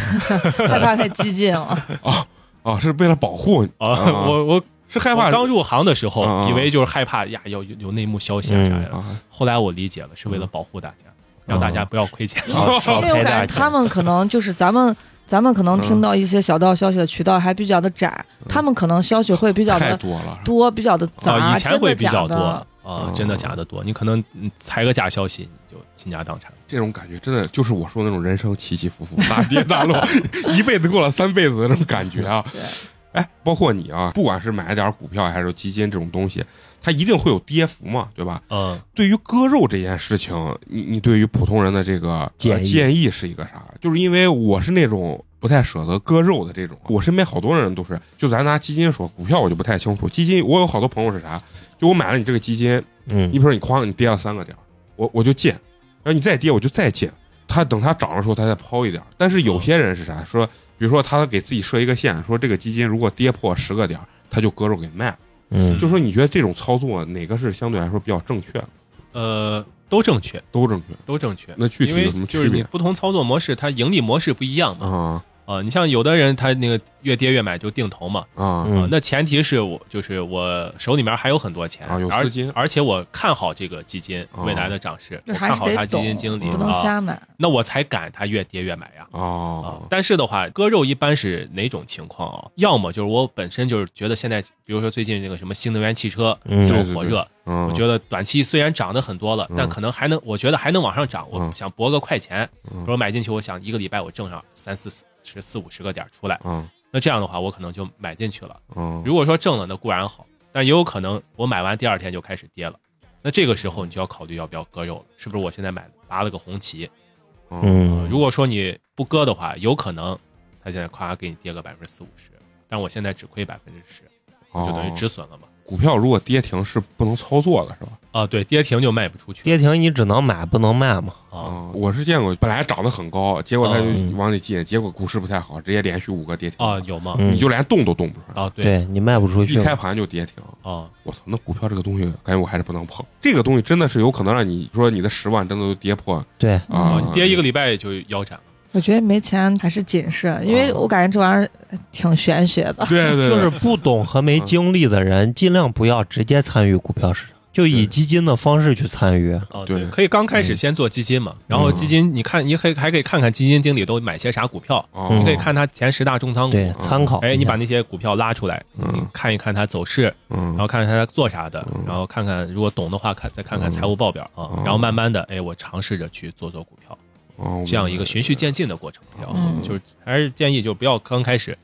C: 害怕太激进 了。
A: 啊，是为了保护，
D: 嗯
F: 啊、
A: 啊
F: 我
D: 哦
F: 我
A: 是害怕
F: 我刚入行的时候，
A: 啊啊
F: 以为就是害怕呀，有有有内幕消息啊
D: 嗯
F: 啥的。
A: 啊，
F: 后来我理解了，是为了保护大家，让大家不要亏钱。
C: 因
D: 少少
C: 因为
D: 赔
C: 我感
D: 点
C: 觉
D: 钱
C: 他们可能就是咱们，咱们可能听到一些小道消息的渠道还比较的窄，
F: 嗯
C: 他们可能消息会比较
A: 太
C: 的
A: 多了，
C: 多，比较的
F: 啊，
C: 杂，
F: 以前
C: 真
F: 会
C: 的
F: 比较
C: 假
F: 多
C: 的
F: 啊。，
D: 哦
F: 真的假的多。你可能嗯裁个假消息，你就倾家荡产。
A: 这种感觉真的就是我说的那种人生起起伏 伏、大跌大落，一辈子过了三辈子的那种感觉啊
C: 对。
A: 哎，包括你啊，不管是买点股票还是基金这种东西，它一定会有跌幅嘛，对吧？
F: 嗯，
A: 对于割肉这件事情，你你对于普通人的这个呃
D: 建议
A: 建议是一个啥？就是因为我是那种不太舍得割肉的这种，啊我身边好多人都是，就咱拿基金说，股票我就不太清楚。基金我有好多朋友是啥？就我买了你这个基金，
D: 嗯
A: 你比如说你哐，你跌了三个点儿，我我就进，然后你再跌我就再进，他等它涨的时候他再抛一点儿。但是有些人是啥？说比如说他给自己设一个线，说这个基金如果跌破十个点儿，他就割肉给卖了。
D: 嗯
A: 就说你觉得这种操作哪个是相对来说比较正确的？
F: 呃，都正确，
A: 都正确。
F: 都正确。
A: 那具体
F: 因为
A: 有什么
F: 就
A: 区
F: 是你
A: 别
F: 不同操作模式，它盈利模式不一样嘛。
A: 啊
F: 啊，你像有的人他那个越跌越买就定投嘛。
A: 啊
F: 啊
D: 嗯，
F: 那前提是我就是我手里面还有很多钱，
A: 啊有
F: 而
A: 资金
F: 而且我看好这个基金
A: 哦
F: 未来的涨势，
C: 就
F: 我
C: 还
F: 看
C: 是
F: 好它
C: 得
F: 基
C: 懂
F: 金经理，
C: 不能
F: 啊，
C: 瞎买。
F: 那我才敢它越跌越买呀。啊
A: 哦，
F: 但是的话，割肉一般是哪种情况啊？要么就是我本身就是觉得现在，比如说最近那个什么新能源汽车比
D: 嗯
F: 较
A: 对
F: 火热，
A: 嗯，
F: 我觉得短期虽然涨得很多了，
A: 嗯
F: 但可能还能，我觉得还能往上涨。我
A: 嗯
F: 想博个快钱，
A: 嗯
F: 比如买进去，我想一个礼拜我挣上三四十、四五十个点儿出来，
A: 嗯
F: 那这样的话我可能就买进去了。
A: 嗯，
F: 如果说挣了，那固然好，但也有可能我买完第二天就开始跌了。那这个时候你就要考虑要不要割肉了，是不是我现在买拔了个红旗？呃
D: 嗯，
F: 如果说你不割的话，有可能它现在夸给你跌个百分之四五十，但我现在只亏百分之十，就等于止损了嘛。
A: 哦股票如果跌停是不能操作的，是吧？
F: 啊，对，跌停就卖不出去
D: 跌停你只能买不能卖嘛，
F: 啊。
A: 嗯我是见过本来涨得很高，结果它
D: 嗯
A: 就往里进，结果股市不太好，直接连续五个跌停
F: 啊，，有吗？
D: 嗯
A: 你就连动都动不出来，
F: 啊，对
D: 对你卖不出去
A: 一，开盘就跌停。
F: 啊，
A: 我操，那股票这个东西，感觉我还是不能碰。这个东西真的是有可能让你说你的十万真的都跌破
D: 对，
A: 啊
F: 啊，你跌一个礼拜就腰斩了。
C: 我觉得没钱还是谨慎，因为
A: 嗯
C: 我感觉这玩意儿挺玄学
F: 啊
C: 的。
A: 对对，
D: 就是不懂和没经历的人，尽量不要直接参与股票市场，就以
A: 对
D: 基金的方式去参与。
F: 啊，
A: 哦对嗯
F: 可以刚开始先做基金嘛，然后基金你看，你可以还可以看看基金经理都买些啥股票，
A: 哦
F: 你可以看他前十大重仓股。
D: 对，参考一下。
F: 哎，你把那些股票拉出来，你
A: 嗯
F: 看一看它走势，然
A: 嗯
F: 后看看他做啥的，然后看看如果懂的话，看再看看财务报表啊，
A: 嗯
F: 然后慢慢的，哎，我尝试着去做做股票，
A: 哦，
F: 这样一个循序渐进的过程比较好。
C: 嗯
F: 就是还是建议，就不要刚开始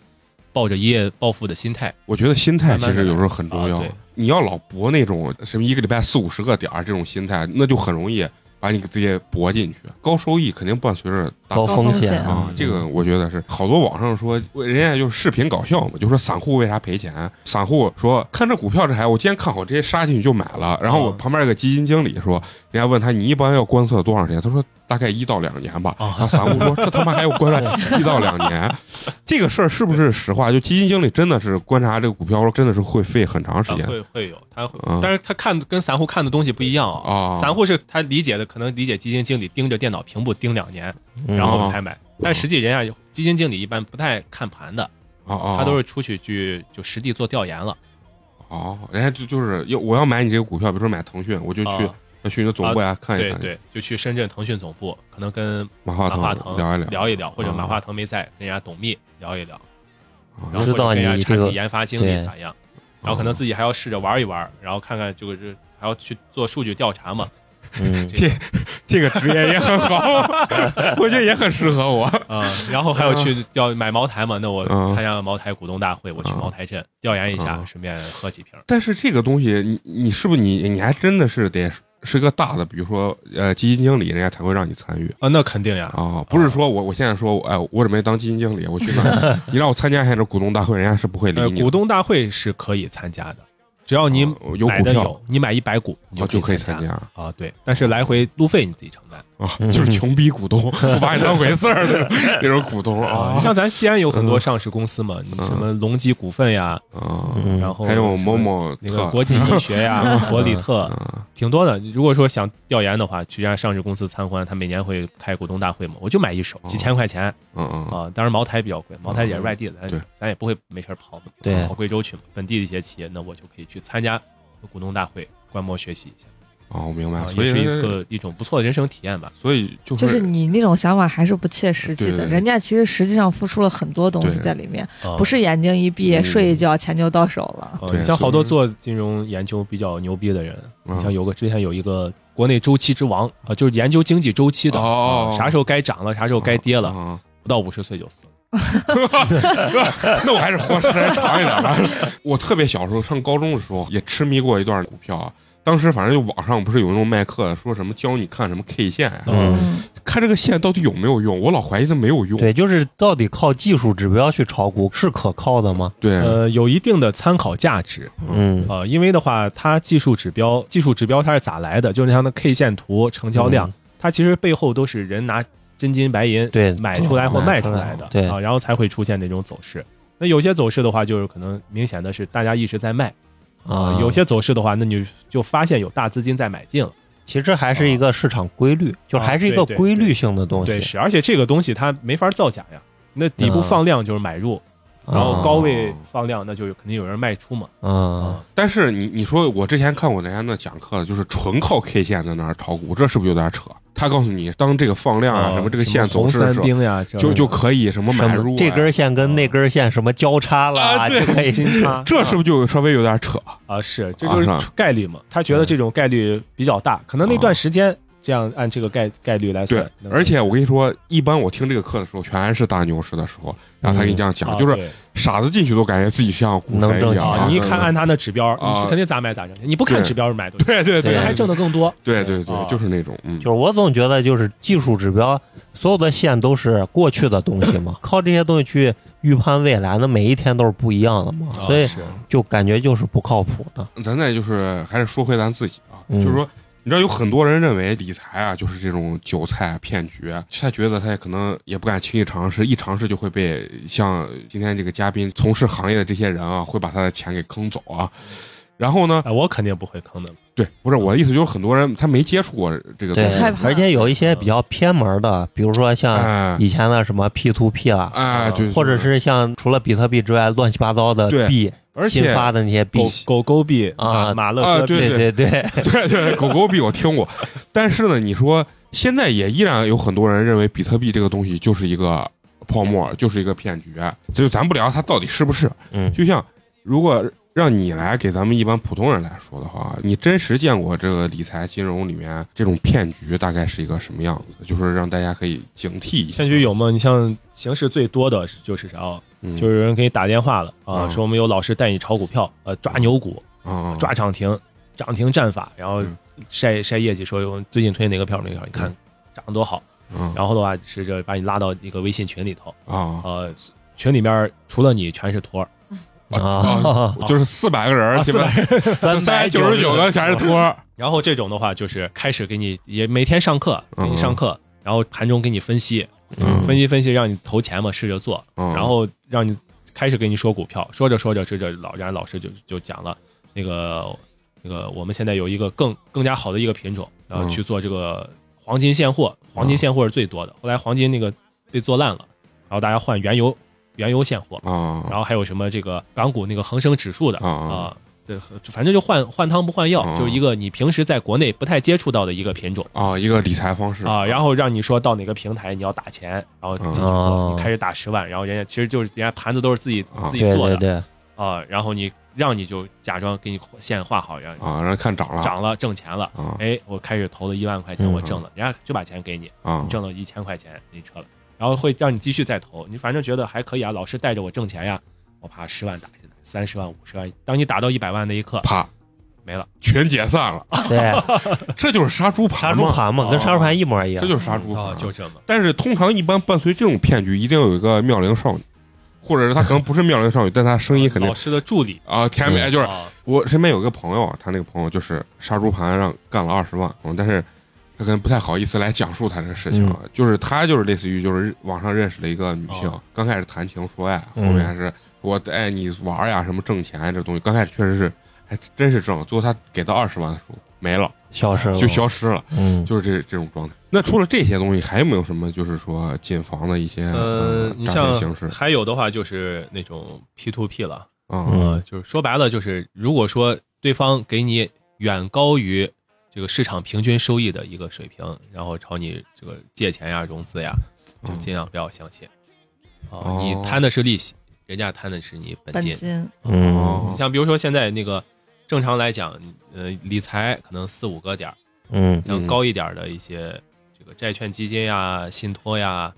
F: 抱着一夜暴富的心态。
A: 我觉得心态其实有时候很重要。
F: 慢慢地来啊对
A: 你要老博那种什么一个礼拜四五十个点儿这种心态，那就很容易把你给自己搏进去。高收益肯定伴随着大
D: 高风
C: 风险
D: 险
A: 啊，这个我觉得是好多网上说，人家就是视频搞笑嘛，就说散户为啥赔钱？散户说看这股票这还，我今天看好，直接杀进去就买了。然后我
F: 嗯
A: 旁边有个基金经理说，人家问他你一般要观测多长时间？他说大概一到两年吧。
F: 啊
A: 啊，散户说这他妈还要观察一到两年，这个事儿是不是实话？就基金经理真的是观察这个股票，真的是会费很长时
F: 啊
A: 间
F: 会会有他会
A: 嗯，
F: 但是他看跟散户看的东西不一样啊。
A: 啊。
F: 散户是他理解的，可能理解基金经理盯着电脑屏幕盯两年，
D: 嗯
F: 然后才买。
A: 哦
F: 但实际人家基金经理一般不太看盘的，
A: 啊啊，
F: 他都是出去去就实地做调研了。
A: 哦，人家就就是要我要买你这个股票，比如说买腾讯，我就去
F: 啊
A: 去你的总部呀看一
F: 对
A: 看，
F: 对，就去深圳腾讯总部，可能跟
A: 马
F: 马
A: 化
F: 化
A: 腾
F: 腾
A: 哦聊一聊
F: 聊一聊，或者
A: 啊
F: 马化腾没在，跟人家董秘聊一聊，
A: 啊
F: 然后
D: 知道
F: 或者跟人
D: 你
F: 家产
D: 这个
F: 品研发经理
D: 对
F: 咋样，然后可能自己还要试着玩一玩，然后看看这个这还要去做数据调查嘛。
D: 嗯
A: 这个职业也很 好，我觉得也很适合我。
F: 嗯，然后还有去要买茅台嘛，那我
A: 嗯
F: 参加茅台股东大会，我去
A: 嗯
F: 茅台镇调研一下，
A: 嗯
F: 顺便喝几瓶。
A: 但是这个东西，你你是不是你你还真的是得是个大的，比如说呃基金经理，人家才会让你参与。
F: 啊，那肯定呀，
A: 啊，不是说我我现在说，哎，我准备当基金经理，我去那 儿，你让我参加一下这股东大会，人家是不会理
F: 呃，
A: 你的。
F: 股东大会是可以参加的，只要你
A: 啊有
F: 买
A: 股
F: 的
A: 票
F: 有，你买一百股，你
A: 啊就可以
F: 参
A: 参加哦
F: 啊。对，但是来回路费你自己承 担。
A: 啊，就是穷逼股 东，不把你当回事儿的那种股东
F: 啊，
A: 啊
F: 像咱西安有很多上市公司嘛，你什么隆基股份呀，
A: 啊，
D: 嗯
F: 然后
A: 嗯还有某某
F: 那个
A: 特嗯
F: 国际医 学呀、国力特，
A: 啊
F: 挺多的。如果说想调研的话，去人家上市公司参观，他每年会开股东大会嘛，我就买一手，几千块钱
A: 嗯哦嗯
F: 啊。当然茅台比较贵，茅台也是
A: 嗯
F: 外地的，
A: 对
F: 咱咱也不会没事儿跑
D: 对
F: 跑贵州去嘛。本地的一些企业，那我就可以去参加股东大会，观摩学习一下，
A: 啊，我明白
F: 啊，，
A: 所
F: 也
A: 以
F: 是一个一种不错的人生体验吧。
A: 所以就
C: 就是
A: 是
C: 你那种想法还是不切实际
A: 对对
C: 的，
A: 对
C: 人家其实实际上付出了很多东西
A: 对
C: 在里面，
F: 啊
C: 不是眼睛一闭
A: 嗯
C: 睡一觉钱就到手了。
F: 呃
A: 对
F: 你像
A: 所以
F: 好多做金融研究比较牛逼的人，
A: 嗯
F: 你像有个之前有一个国内周期之王啊、就是研究经济周期的，
A: 哦
F: 啊啥时候该涨了，啥时候该跌了，
A: 啊
F: 不到五十岁就死了。
A: 嗯那我还是活时间长一 点吧。我特别小时候上高中的时候也痴迷过一段股票啊。当时反正就网上不是有那种卖课的，说什么教你看什么 K 线呀、
D: 嗯，
C: 嗯，
A: 看这个线到底有没有用，我老怀疑它没有用。
D: 对，就是到底靠技术指标去炒股是可靠的吗？
A: 对
F: 呃，有一定的参考价值
D: 嗯
F: 啊、呃因为的话，它技术指标，技术指标它是咋来的？就是像那 K 线图、成交量，
D: 嗯
F: 它其实背后都是人拿真金白银
D: 对
F: 买出来或卖
D: 买
F: 出
D: 出
F: 来
D: 来
F: 的，
D: 对
F: 啊，然后才会出现那种走势。那有些走势的话，就是可能明显的是大家一直在卖。啊
D: 啊，，
F: 有些走势的话，那你就发现有大资金在买进了，
D: 其实还是一个市场规律，就还是一
F: 啊
D: 个
F: 对对
D: 规律性的东
F: 对，
D: 西。
F: 是，而且这个东西它没法造假呀。那底部
D: 嗯
F: 放量就是买入，
D: 啊
F: 然后高位放量，那就有肯定有人卖出嘛。
D: 啊，
A: 但是你你说我之前看过人家那讲课，就是纯靠 K 线在那儿炒股，这是不是有点扯？他告诉你，当这个放量啊，什么这个线走
F: 红
A: 势的
F: 三
A: 时候，
F: 丁呀，这
A: 就就可以什么
D: 什
A: 买入、
D: 么
A: 啊、
D: 这根线跟那根线什么交叉
A: 啊
D: 了，
A: 对
D: 就可 以
F: 金叉，
A: 这是不是就稍微有点扯？
F: 啊是，这
A: 啊嗯
F: 就是是
A: 吧
F: 概率嘛。他觉得这种概率比较大，可能那段时间这样按这个概概率来
A: 对
F: 算。，能
A: 而且我跟你说，一般我听这个课的时候，全是大牛市的时候，然后他给你这样讲，
F: 啊
A: 就是
F: 对
A: 傻子进去都感觉自己像股
D: 能
A: 神一
D: 挣
A: 样
D: 钱
A: 啊。
F: 啊，你一
A: 对
F: 看按他那指标，
A: 啊
F: 你肯定咋买咋挣，你不看
A: 对
F: 指标买多少，
A: 对对
D: 对
F: 还挣得更多。
A: 对对对
F: 啊，
A: 就是那种，嗯
D: 就是我总觉得就是技术指标，所有的线都是过去的东西 嘛，靠这些东西去预判未来，那每一天都是不一样的嘛，
F: 啊
D: 所以
F: 是
D: 就感觉就是不靠谱的。
A: 咱再就是还是说回咱自己啊，
D: 嗯
A: 就是说，你知道有很多人认为理财啊就是这种韭菜啊骗局，他觉得他也可能也不敢轻易尝试，一尝试就会被像今天这个嘉宾从事行业的这些人啊，会把他的钱给坑走啊。然后呢，
F: 哎，我肯定不会坑的。
A: 对，不是我的意思，就是很多人他没接触过这个东啊
D: 对
A: 西，
C: 害怕，
D: 而且有一些比较偏门的，比如说像
A: 哎
D: 以前的什么 P to P 啦，
A: 哎，对，
D: 或者是像除了比特币之外乱七八糟的
A: 对
D: 币，
A: 而
D: 新
A: 且
D: 发的那些币
F: 狗，狗狗币
D: 啊
F: 马
A: 啊
F: 勒哥币
A: 对
D: 对对，
A: 对对，狗狗币我听过，但是呢，你说现在也依然有很多人认为比特币这个东西就是一个泡沫，就是一个骗局。这就咱不聊它到底是不是，
D: 嗯，
A: 就像如果让你来给咱们一般普通人来说的话，你真实见过这个理财金融里面这种骗局大概是一个什么样子的？就是让大家可以警惕一下。
F: 骗局有吗？你像形式最多的就是啥啊？
A: 嗯，
F: 就是有人给你打电话了啊，
A: 嗯
F: 说我们有老师带你炒股票，呃，抓牛股，
A: 啊，
F: 抓涨停，涨停战法，然后
A: 嗯
F: 晒晒业绩，说我最近推哪个票哪个票，你看
A: 嗯
F: 涨得多好。
A: 嗯
F: 然后的话是这把你拉到一个微信群里头，
A: 啊
F: 呃，群里面除了你全是 托儿，
A: 啊
D: 啊，
A: 就是四百个人，基
F: 啊四
A: 本
F: 百
D: 三
A: 三百九十九个全是托儿，
F: 嗯然后这种的话就是开始给你也每天上课，给你上课，然后盘中给你分析，
A: 嗯
F: 分析分析，让你投钱嘛，试着做，
A: 嗯
F: 然后让你开始给你说股票，说着说着，这这老家老师就就讲了那个那个我们现在有一个更更加好的一个品种，然后
A: 嗯
F: 去做这个黄金现货，黄金现货是最多的，后来黄金那个被做烂了，然后大家换原油原油现货，
A: 啊
F: 然后还有什么这个港股那个恒生指数的
A: 啊啊
F: 啊，对，反正就换换汤不换药，
A: 嗯
F: 就是一个你平时在国内不太接触到的一个品种
A: 啊！一个理财方式
F: 啊。然后让你说到哪个平台你要打钱，然后进去做，
D: 嗯
F: 你开始打十万，然后人家其实就是人家盘子都是自己
A: 啊
F: 自己
D: 对
F: 做
D: 对
F: 的
D: 对，
F: 啊，然后你让你就假装给你线画好，然后
A: 啊，然后看涨了
F: 涨了挣钱了。
A: 啊
F: 哎，我开始投了一万块钱，
D: 嗯
F: 我挣了，人家就把钱给你，
A: 啊
F: 你挣了一千块钱，你撤了，然后会让你继续再投，你反正觉得还可以啊，老师带着我挣钱呀，我把十万打进来，三十万、五十万，当你打到一百万那一刻，
A: 啪
F: 没了。
A: 全解散了，
D: 对，
A: 这就是杀猪盘
D: 杀猪
A: 嘛，
D: 盘嘛，跟杀猪盘一模一样
A: 这。就是杀猪盘，
F: 啊，哦就这么
A: 但是通常一般伴随这种骗局，一定有一个妙龄少女，或者是她可能不是妙龄少女，但她声音肯定
F: 老师的助理，
A: 啊甜美，
D: 嗯
A: 哎就是
F: 啊
A: 我身边有个朋友，他那个朋友就是杀猪盘让干了二十万，嗯，但是他可能不太好意思来讲述他这个事情啊，就是他就是类似于就是网上认识了一个女性，
F: 哦
A: 刚开始谈情说爱，后
D: 嗯
A: 面还是我带你玩呀，什么挣钱呀这东西，刚开始确实是还真是挣了，最后他给到二十万的时候没了，
D: 消失了，
A: 就消失了，
D: 嗯，
A: 就是这这种状态。那除了这些东西，还有没有什么就是说谨防的一些
F: 呃，你
A: 嗯诈骗
F: 像
A: 形式
F: 还有的话就是那种 P to P 了，
A: 啊？
D: 嗯
F: 呃，就是说白了就是，如果说对方给你远高于这个市场平均收益的一个水平，然后朝你这个借钱呀、融资呀，就
A: 嗯
F: 尽量不要相信。啊
A: 哦，
F: 你贪的是利息，人家贪的是你本
C: 本
F: 金。
C: 金
D: 嗯
A: 哦
F: 你像比如说现在那个正常来讲，呃，理财可能四五个点儿。
D: 嗯
F: 像
A: 嗯
F: 高一点儿的一些这个债券基金呀、信托呀，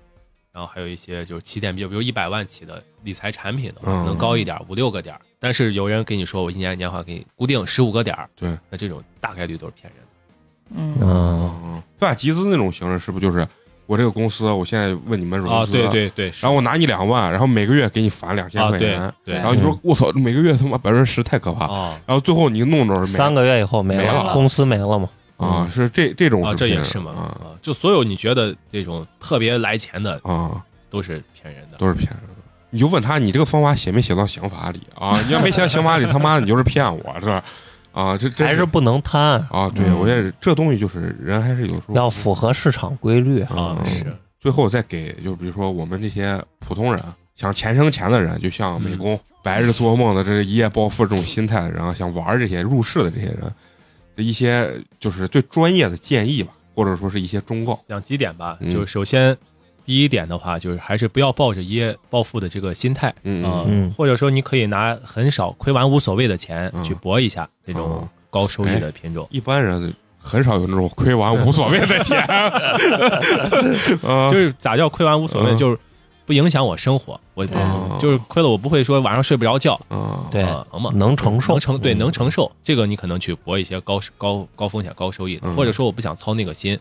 F: 然后还有一些就是起点比较，比如一百万起的理财产品的
A: 嗯
F: 话，可能高一点儿，五六个点儿。但是有人跟你说，我一年年化给你固定十五个点儿，
A: 对，
F: 那这种大概率都是骗人
C: 嗯，
F: 的。
D: 嗯，
A: 嗯，对吧？集资那种形式是不是就是我这个公司，我现在问你们融资
F: 啊，对对对，
A: 然后我拿你两万，然后每个月给你返两千
F: 啊，
A: 块
F: 对
A: 钱，
F: 对嗯
A: 然后你说我操，每个月他妈百分之十太可怕，
F: 啊
A: 然后最后你弄着是没
D: 嗯三个月以后没
A: 没
C: 了
D: 公司没了嘛。
A: 啊，是这这种
F: 啊，
A: 不
F: 这也是嘛
A: 啊
F: 啊，就所有你觉得这种特别来钱的
A: 啊，
F: 都是骗人的。
A: 都是骗人的。你就问他，你这个方法写没写到刑法里啊？你要没写到刑法里，他妈的你就是骗我是吧？啊，这这
D: 还是不能贪，
A: 啊，对
C: 嗯
A: 我也是，这东西就是人还是有时候
D: 要符合市场规律。
F: 啊，
A: 嗯
F: 是
A: 最后再给，就比如说我们这些普通人想钱生钱的人，就像
F: 嗯
A: 美工、白日做梦的这一夜暴富这种心态的人啊，想玩这些入市的这些人的一些就是最专业的建议吧，或者说是一些忠告。
F: 讲几点吧，
A: 嗯
F: 就是首先第一点的话，就是还是不要抱着一夜暴富的这个心态，
A: 嗯
F: 啊
D: 嗯
F: 或者说你可以拿很少亏完无所谓的钱
A: 嗯
F: 去搏一下这种
A: 嗯
F: 高收益的品种。
A: 一般人很少有那种亏完无所谓的 钱， 啊，
F: 就是咋叫亏完无所谓，
A: 嗯
F: 就是不影响我生活，我
A: 嗯
F: 就是亏了我不会说晚上睡不着觉，
A: 啊，
D: 对，
F: 啊能吗？
D: 能承受，
F: 能承对
D: 嗯
F: 能承受，这个你可能去搏一些高高高风险高收益的，
A: 嗯
F: 或者说我不想操那个心，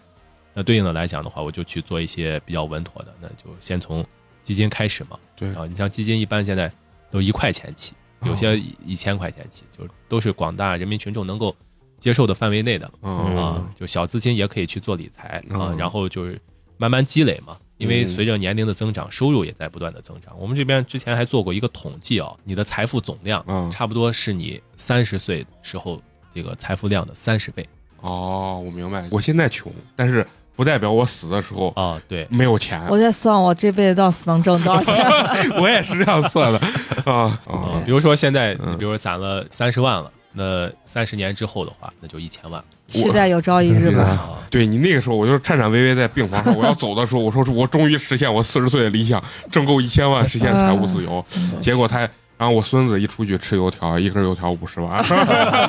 F: 那对应的来讲的话，我就去做一些比较稳妥的，那就先从基金开始嘛。
A: 对
F: 啊，你像基金一般现在都一块钱起，有
A: 哦
F: 些一一千块钱起，就是都是广大人民群众能够接受的范围内的
A: 嗯
F: 啊，就小资金也可以去做理财啊
A: 嗯，
F: 然后就是慢慢积累嘛。因为
A: 嗯
F: 随着年龄的增长，收入也在不断的增长。我们这边之前还做过一个统计啊，你的财富总量
A: 嗯
F: 差不多是你三十岁时候这个财富量的三十倍
A: 哦，我明白。我现在穷，但是不代表我死的时候
F: 啊，对，
A: 没有钱，
C: 我在算我这辈子到死能挣多少钱。
A: 我也是这样算的啊
F: 啊
A: 啊，
F: 比如说现在
A: 嗯
F: 你比如说攒了三十万了，那三十年之后的话，那就一千万
C: 期待有朝一日
A: 我
C: 吧。
F: 啊，
A: 对你那个时候，我就是颤颤巍巍在病房 上，我要走的时候，我说是我终于实现我四十岁的理想，挣够一千万，实现财务自由。结果他，然后我孙子一出去吃油条，一根油条五十万。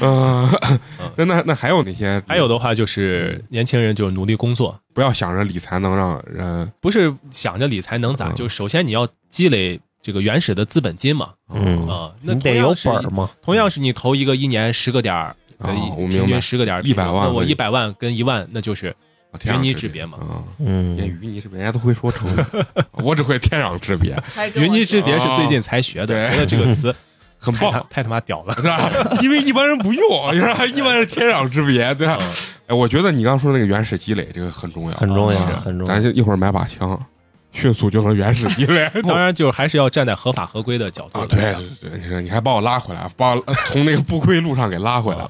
A: 嗯， 那那那还有那些，
F: 还有的话就是
A: 嗯
F: 年轻人就是努力工作，
A: 不要想着理财能让人
F: 不是想着理财能咋，
A: 嗯
F: 就首先你要积累这个原始的资本金嘛
D: 嗯
F: 啊，那
D: 你得
F: 同样
D: 有
F: 是
D: 本儿嘛。
F: 同样是你投一个一年十个点儿
A: 啊
F: 对，
A: 我明
F: 平
A: 白
F: 均，十个点
A: 100
F: 儿平均
A: 万
F: 那我
A: 可以
F: 一百万跟一万，那就是
A: 啊天壤
F: 云泥
A: 之
F: 之别嘛
A: 啊，连
D: 嗯，
A: 鱼泥之别人家都会说成语， 我只会天壤之别，
F: 云泥之别是最近才学
A: 哦
F: 的，觉得这个词
A: 很
F: 太他
A: 棒，
F: 太他妈屌了。
A: 是 吧？因为一般人不用，是吧？一般是天壤之别，对吧？哎，我觉得你刚说那个原始积累这个很重要，啊
D: 很重要
A: 是，
D: 很重
A: 咱
D: 要。
A: 就一会儿买把枪，迅速就能原始积 累。
F: 当然，就是还是要站在合法合规的角度
A: 啊，
F: 来
A: 对
F: 讲。
A: 对对，你说你还把我拉回 来，把我从那个不归路上给拉回来。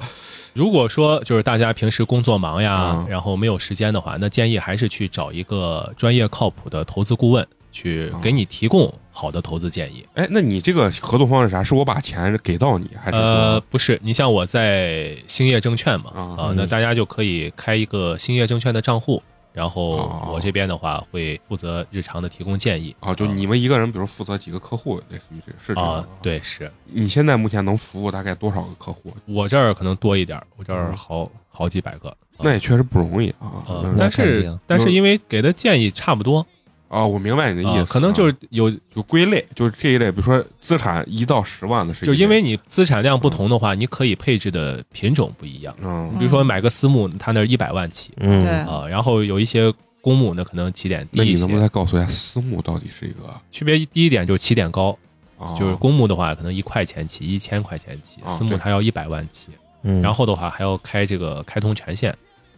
F: 如果说就是大家平时工作忙呀，
A: 嗯
F: 然后没有时间的话，那建议还是去找一个专业靠谱的投资顾问，去
A: 嗯
F: 给你提供好的投资建议。
A: 哎，那你这个合作方式啥？是我把钱给到你，还是
F: 呃
A: 说，
F: 不是，你像我在兴业证券嘛，啊、
A: 啊
F: 那
D: 嗯
F: 大家就可以开一个兴业证券的账户，然后
A: 哦
F: 我这边的话会负责日常的提供建议。
A: 啊？就你们一个人，比如负责几个客户，类似于这个是这样
F: 啊
A: 的。，
F: 对，是
A: 你现在目前能服务大概多少个客户？
F: 我这儿可能多一点儿，我这儿好好几百个。啊
A: 嗯那也确实不容易啊。
F: 呃
A: 嗯
F: 但
D: 肯
F: 是
D: 定
F: 但是因为给的建议差不多，
A: 啊，我明白你的意思，
F: 啊可能
A: 啊
F: 就是有
A: 就归类，就是这一类，比如说资产一到十万的是一
F: 就
A: 类，
F: 因为你资产量不同的话，你可以配置的品种不一样。
A: 嗯
F: 你比如说买个私募，它那一百万起
D: 嗯，
E: 对
F: 啊、然后有一些公募呢，可能起点低
A: 那你
F: 一
A: 能不能
F: 些，
A: 再告诉我一下私募到底是一个？
F: 区别低一点就是起点高，
A: 啊、
F: 就是公募的话可能一块钱起，一千块钱起，
A: 啊
F: 私募
A: 对
F: 它要一百万起，
D: 嗯
F: 然后的话还要开这个开通权限，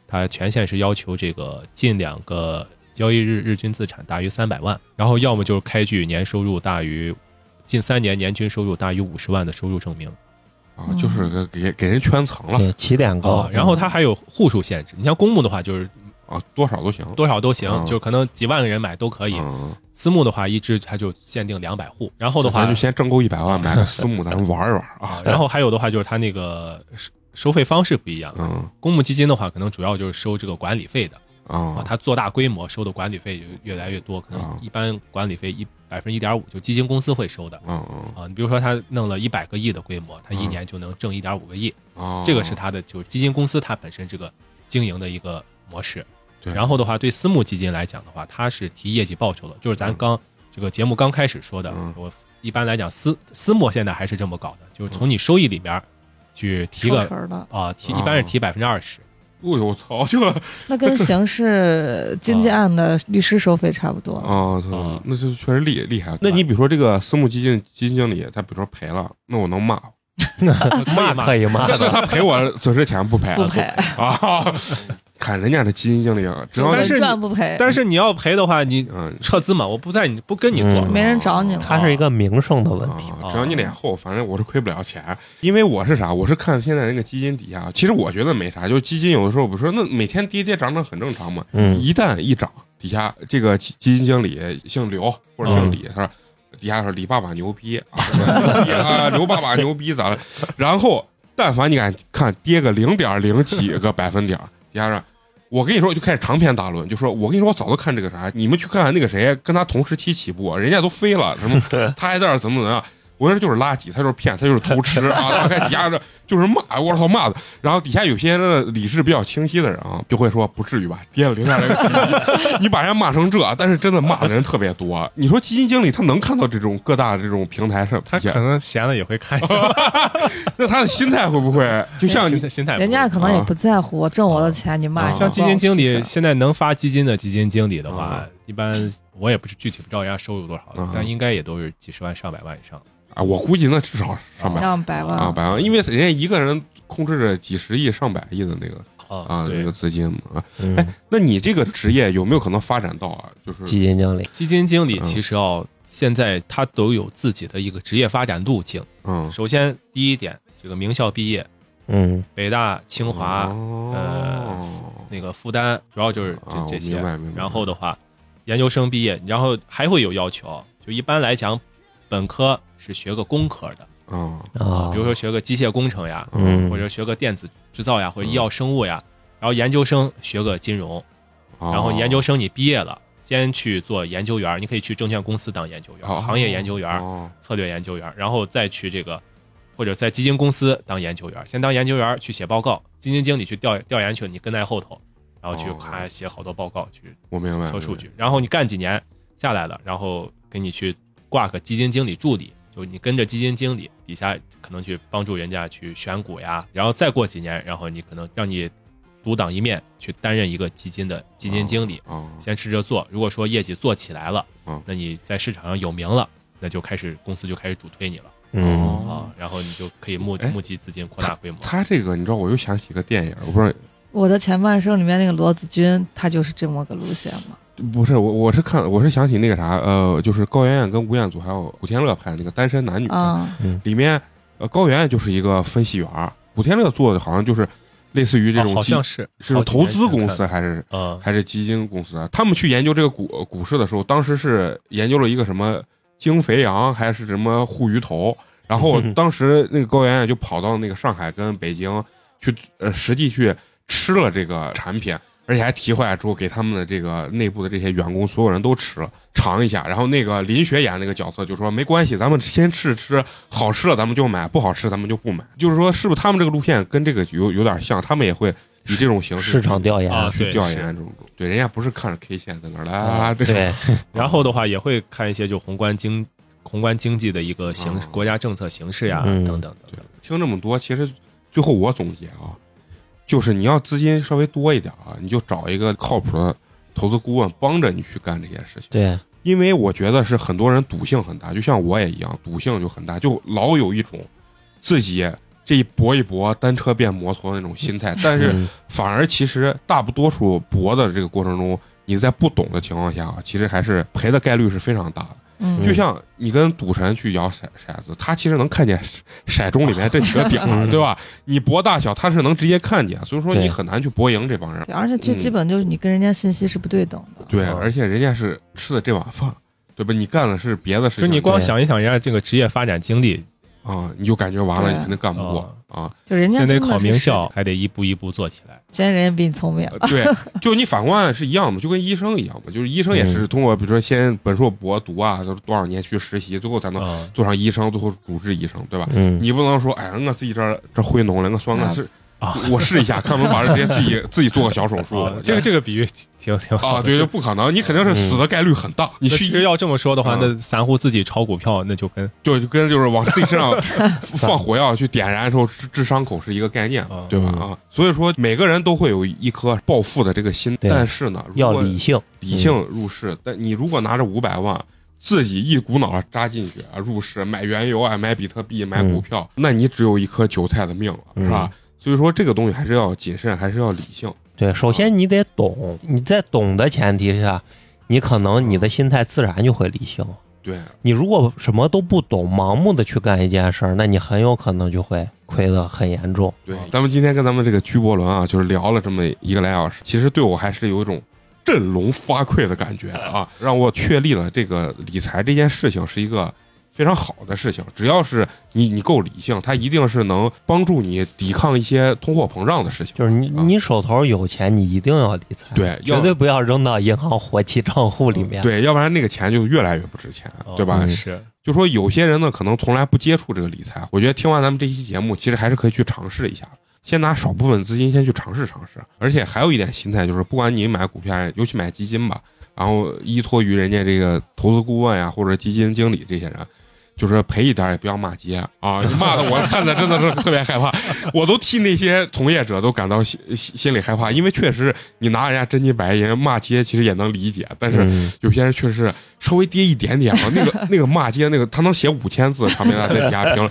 F: 它权限是要求这个近两个交易日日均资产大于三百万，然后要么就是开具年收入大于近三年年均收入大于五十万的收入证明。
A: 啊，就是个给给人圈层了
D: 对起点高
F: 啊，，然后
A: 嗯
F: 它还有户数限制。你像公募的话，就是
A: 啊，多少都行，
F: 多少都行，
A: 嗯
F: 就是可能几万个人买都可
A: 可
F: 以。
A: 嗯、
F: 私募的话，一支它就限定两百户。然后的
A: 咱
F: 话
A: 就先挣够一百万买个私 募，咱们玩一玩
F: 啊
A: 啊，。
F: 然后还有的话就是它那个收收费方式不一样。
A: 嗯
F: 公募基金的话，可能主要就是收这个管理费的啊
A: 啊，，
F: 它做大规模收的管理费就越来越多，可
A: 嗯
F: 能一般管理费一百分一点五就基金公司会收的。
A: 嗯
F: 啊，你比如说他弄了一百个亿的规模，他一
A: 嗯
F: 年就能挣一点五个亿，
A: 嗯啊，
F: 这个是它的就是基金公司它本身这个经营的一个模式。
A: 对
F: 然后的话，对私募基金来讲的话，它是提业绩报酬的，就是咱
A: 嗯
F: 刚、这个节目刚开始说的，
A: 嗯
F: 我一般来讲私私募现在还是这么搞的，就是从你收益里边儿去提
C: 抽
F: 个
C: 成的，
F: 啊、提
A: 哦
F: 一般是提百分之二十。
A: 哦呦我操，这个
C: 那跟刑事经济案的律师收费差不多。
A: 啊，
F: 啊
A: 那就确实厉厉害。那你比如说这个私募基金基金经理，他比如说赔了，那我能骂。
D: 嗯 骂可以骂，
A: 哦那他赔我 损失钱不赔啊？
C: 不赔，
A: 啊？ 看人家这基金经理，啊只要
F: 但
C: 稳
F: 是
C: 赚不赔，
F: 但是你要赔的话，你
A: 嗯，
F: 撤资嘛，我不在你不跟你做。
D: 嗯
C: 没人找你了。
D: 它是一个名声的问题。
A: 啊
F: 啊，
A: 只要你脸厚，反正我是亏不了钱。因为我是啥？我是看现在那个基金底下，其实我觉得没啥，就是基金有的时候，不是说那每天跌跌涨涨很正常嘛。
D: 嗯
A: 一旦一涨，底下这个基基金经理姓刘或者姓李，
D: 嗯
A: 他说底下说李爸爸牛逼啊， 啊刘爸爸牛逼咋了？然后但凡你敢看跌个零点零几个百分点儿，底下说。我跟你说，就开始长篇大论，就说我跟你说，我早都看这个啥，你们去看看那个谁，跟他同时期起步，人家都飞了，什么他还在那儿怎么怎么样，我说就是垃圾，他就是骗，他就是偷吃啊！然后底下这就是骂，我操骂的。然后底下有些人的理智比较清晰的人啊，就会说不至于吧，跌了零点零几，你把人家骂成这，但是真的骂的人特别多。你说基金经理他能看到这种各大这种平台上，
F: 他可能闲了也会看一
A: 哦
F: 下，
A: 那他的心态会不会就像
F: 心
A: 你
F: 态心态不一样。
C: 人家可能也不在乎，我挣我的钱，你骂
A: 啊
C: 你。
F: 像基金经理，现在能发基金的基金经理的
A: 啊
F: 话，一般我也不是具体不知道人家收入多少
A: 啊，
F: 但应该也都是几十万上百万以上。
A: 啊？我估计那至少上百
C: 让百
A: 啊
C: 万，
A: 百万，因为人家一个人控制着几十亿上百亿的那个啊那
F: 对
A: 个，资金嘛啊。
F: 哎
D: 嗯，
A: 那你这个职业有没有可能发展到啊？就是
D: 基金经理，
F: 基金
A: 嗯
F: 经理其实哦，现在他都有自己的一个职业发展路径。
A: 嗯，
F: 首先第一点，这个名校毕业，
D: 嗯
F: 北大、清华、
A: 哦
F: 那个复旦，主要就是
A: 啊
F: 呃这
A: 我
F: 这些
A: 明白明。白
F: 然后的话，研究生毕业，然后还会有要求，就一般来讲，本科是学个工科的，
A: 啊
D: 啊，
F: 比如说学个机械工程呀，
D: 嗯，
F: 或者学个电子制造呀，或
A: 嗯
F: 者医药生物呀，然后研究生学个金融，
A: 哦
F: 然后研究生你毕业了，先去做研究员，你可以去证券公司当研究员、
A: 哦
F: 行业研究员、
A: 哦
F: 策略研究员，然后再去这个或者在基金公司当研究员，先当研究员去写报告，基金经理去调调研去，你跟在后头，然后去
A: 哦
F: 看写好多报告去
A: 我明白
F: 测数据，然后你干几年下来了，然后给你去挂个基金经理助理，就是你跟着基金经理底下可能去帮助人家去选股呀，然后再过几年，然后你可能让你独当一面去担任一个基金的基金经理，
A: 啊，
F: 先试着做。如果说业绩做起来了
A: 嗯，
F: 那你在市场上有名了，那就开始公司就开始主推你了
A: 哦
D: 嗯，
F: 啊，然后你就可以募
A: 哎
F: 募集资金扩大规模。
A: 他这个你知道，我又想起一个电影，我不知道，
C: 我的前半生里面那个罗子君，她就是这么个路线嘛。
A: 不是我，我是看，我是想起那个啥，呃，就是高圆圆跟吴彦祖还有古天乐拍的那个《单身男女》
C: 啊，
A: 里面，呃，高圆圆就是一个分析员儿，古天乐做的好像就是类似于这种
F: 哦好
A: 基、
F: 像是
A: 是投资公司，啊还是
D: 嗯
F: 呃，
A: 还是基金公司啊？他们去研究这个股股市的时候，当时是研究了一个什么京肥羊还是什么沪鱼头，然 后当时那个高圆圆就跑到那个上海跟北京去呃实际去吃了这个产品，而且还提回来之后给他们的这个内部的这些员工所有人都吃了尝一下，然后那个林雪演那个角色就说没关系，咱们先试吃，好吃了咱们就买，不好吃咱们就不买，就是说是不是他们这个路线跟这个有有点像，他们也会。以这种形式
D: 嗯市场调研，
F: 啊
A: 去
F: 对
A: 调
F: 是
A: 研这种，对，人家不是看着 K 线在那儿啦，
F: 啊
A: 这
D: 嗯对，
F: 然后的话也会看一些就宏观经宏观经济的一个形
A: 哦
F: 国家政策形势呀
D: 嗯
F: 等等等等。
A: 啊听这么多，其实最后我总结啊，就是你要资金稍微多一点啊，你就找一个靠谱的投资顾问帮着你去干这些事情。
D: 对，
A: 因为我觉得是很多人赌性很大，就像我也一样，赌性就很大，就老有一种自己这一搏一搏，单车变摩托的那种心态。但是
D: 嗯
A: 反而其实大不多数搏的这个过程中，你在不懂的情况下啊，其实还是赔的概率是非常大的。
C: 嗯
A: 就像你跟赌神去摇骰骰子，他其实能看见骰骰盅里面这几个点儿，
D: 嗯
A: 对吧？你博大小，他是能直接看见，所以说
D: 对
A: 你很难去博赢这帮人。嗯
C: 对，而且最基本就是你跟人家信息是不对等的。
A: 对，
F: 嗯
A: 而且人家是吃的这碗饭，对吧？你干的是别的事
F: 就
A: 情，
F: 你光
D: 对
F: 想一想人家这个职业发展经历，
A: 啊，你就感觉完了，
C: 对
A: 你肯定干不过啊。
C: 就人家
F: 先得
C: 真的
F: 考
C: 是
F: 名校，，还得一步一步做起来。
C: 现在人家比你聪明。
A: 呃对，就你反观是一样的，就跟医生一样嘛，就是医生
F: 嗯
A: 也是通过比如说先本硕博读啊，都是多少年去实习，最后才能
F: 嗯，
A: 做上医生，最后主治医生，对吧？
D: 嗯，
A: 你不能说，哎，我自己这儿这儿会弄了，我算我
C: 啊
A: 是
F: 啊，
A: 我试一下，看能把这直接自己自己做个小手术
F: 啊，这个这个比喻挺挺好
A: 啊，
F: 的
A: 对，
F: 这嗯
A: 这不可能，你肯定是死的概率很大。你
F: 那
A: 去
F: 其实要这么说的话
A: 嗯，
F: 那散户自己炒股票，那就跟
A: 就就跟就是往自己身 上放火药去点燃的时候治治伤口是一个概念
F: 啊，
A: 对吧？
D: 嗯
A: 啊，所以说每个人都会有一颗暴富的这个心，
D: 对
A: 但是呢，如
D: 要
A: 果
D: 理性，
A: 理性入市，但你如果拿着五百万。自己一股脑儿扎进去啊，入市买原油啊，买比特币，买股票，那你只有一颗韭菜的命了，是吧？所以说这个东西还是要谨慎，还是要理性。
D: 对，首先你得懂，你在懂的前提下，你可能你的心态自然就会理性。
A: 对，
D: 你如果什么都不懂，盲目的去干一件事儿，那你很有可能就会亏得很严重。
A: 对
F: 嗯，
A: 咱们今天跟咱们这个居伯伦啊，就是聊了这么一个来小时，其实对我还是有一种振聋发聩的感觉啊，让我确立了这个理财这件事情是一个非常好的事情。只要是你你够理性，它一定是能帮助你抵抗一些通货膨胀的事情。
D: 就是你，
A: 啊
D: 你手头有钱，你一定要理财，
A: 对要
D: 绝对不要扔到银行活期账户里
A: 嗯
D: 面。
A: 对，要不然那个钱就越来越不值钱，对吧？
F: 嗯
D: 嗯
F: 是，
A: 就说有些人呢，可能从来不接触这个理财。我觉得听完咱们这期节目，其实还是可以去尝试一下，先拿少部分资金先去尝试尝试。而且还有一点心态就是，不管你买股票，尤其买基金吧，然后依托于人家这个投资顾问呀，或者基金经理这些人。就是赔一点儿也不要骂街啊！你骂的我看的真的是特别害怕，我都替那些从业者都感到心心心里害怕，因为确实你拿人家真金白银骂街，其实也能理解，但是
D: 嗯，
A: 有些人确实稍微跌一点点啊，那个那个骂街那个，他能写五千字长篇大论在底下评论，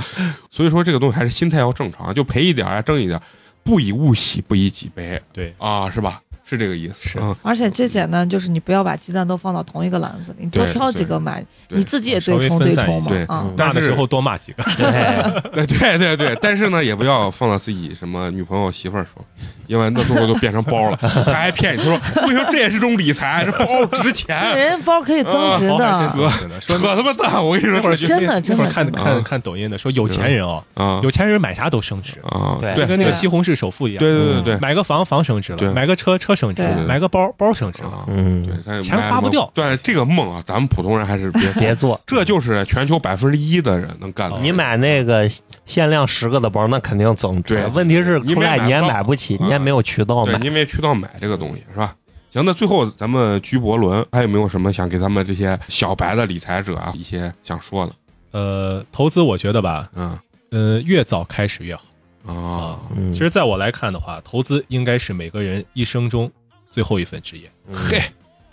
A: 所以说这个东西还是心态要正常，就赔一点儿啊，挣一点儿，不以物喜，不以己悲
F: 对，
A: 啊，是吧？是这个意思，
F: 是
A: 嗯
C: 而且最简单就是你不要把鸡蛋都放到同一个篮子里，你多
A: 对
C: 挑几
A: 对
C: 个买，
A: 对啊
C: 你自己也
F: 稍微
C: 对冲
F: 分
C: 对
F: 散
C: 冲
F: 一
C: 嘛
A: 下对。
C: 啊，
A: 但
F: 骂的
A: 是
F: 时候多骂几个。
D: 对，
A: 对 对对对，但是呢，也不要放到自己什么女朋友媳妇儿手，因为那最后就变成包了，他还骗你，他说为什么这也是种理财？这包值
C: 这
A: 钱，
C: 人家包可以增 值
A: 嗯啊
C: 的，
A: 哥
F: 真的
A: 扯
F: 说
A: 他妈蛋！我跟你
F: 那会
A: 说
F: 儿就
C: 真的真的
F: 那会儿看
C: 真
A: 的
F: 看
A: 嗯
F: 看抖音的，说有钱人哦，
A: 啊
F: 有钱人买啥都升值，
A: 啊，
D: 对
A: 对
F: 就
A: 对
F: 跟那
C: 对
F: 个西红柿首富一样，
A: 对对对
F: 买个房房升值
A: 对
F: 了，买个车车升值了，
A: 对
F: 买个包包升值
A: 对
F: 了。
A: 啊，对
D: 嗯，，
A: 他也
F: 钱
A: 买
F: 花
A: 什
F: 不
A: 么
F: 掉
A: 对这个梦啊，咱们普通人还是别做
D: 别做。
A: 这就是全球百分之一的人能干的。
D: 你买那个限量十个的包，那肯定增值。
A: 对
D: 问题是
A: 你没
D: 出来
A: 买
D: 你也
A: 包
D: 买不起，
A: 嗯
D: 你也没有渠道
A: 对，
D: 买。
A: 你也没渠道买这个东西，是吧？行，那最后咱们居伯伦还有没有什么想给咱们这些小白的理财者啊一些想说的？
F: 呃，投资我觉得吧，
A: 嗯
F: 呃，越早开始越好
A: 啊
F: 啊。
D: 嗯
F: 其实，在我来看的话，投资应该是每个人一生中最后一份职业。
A: 嘿，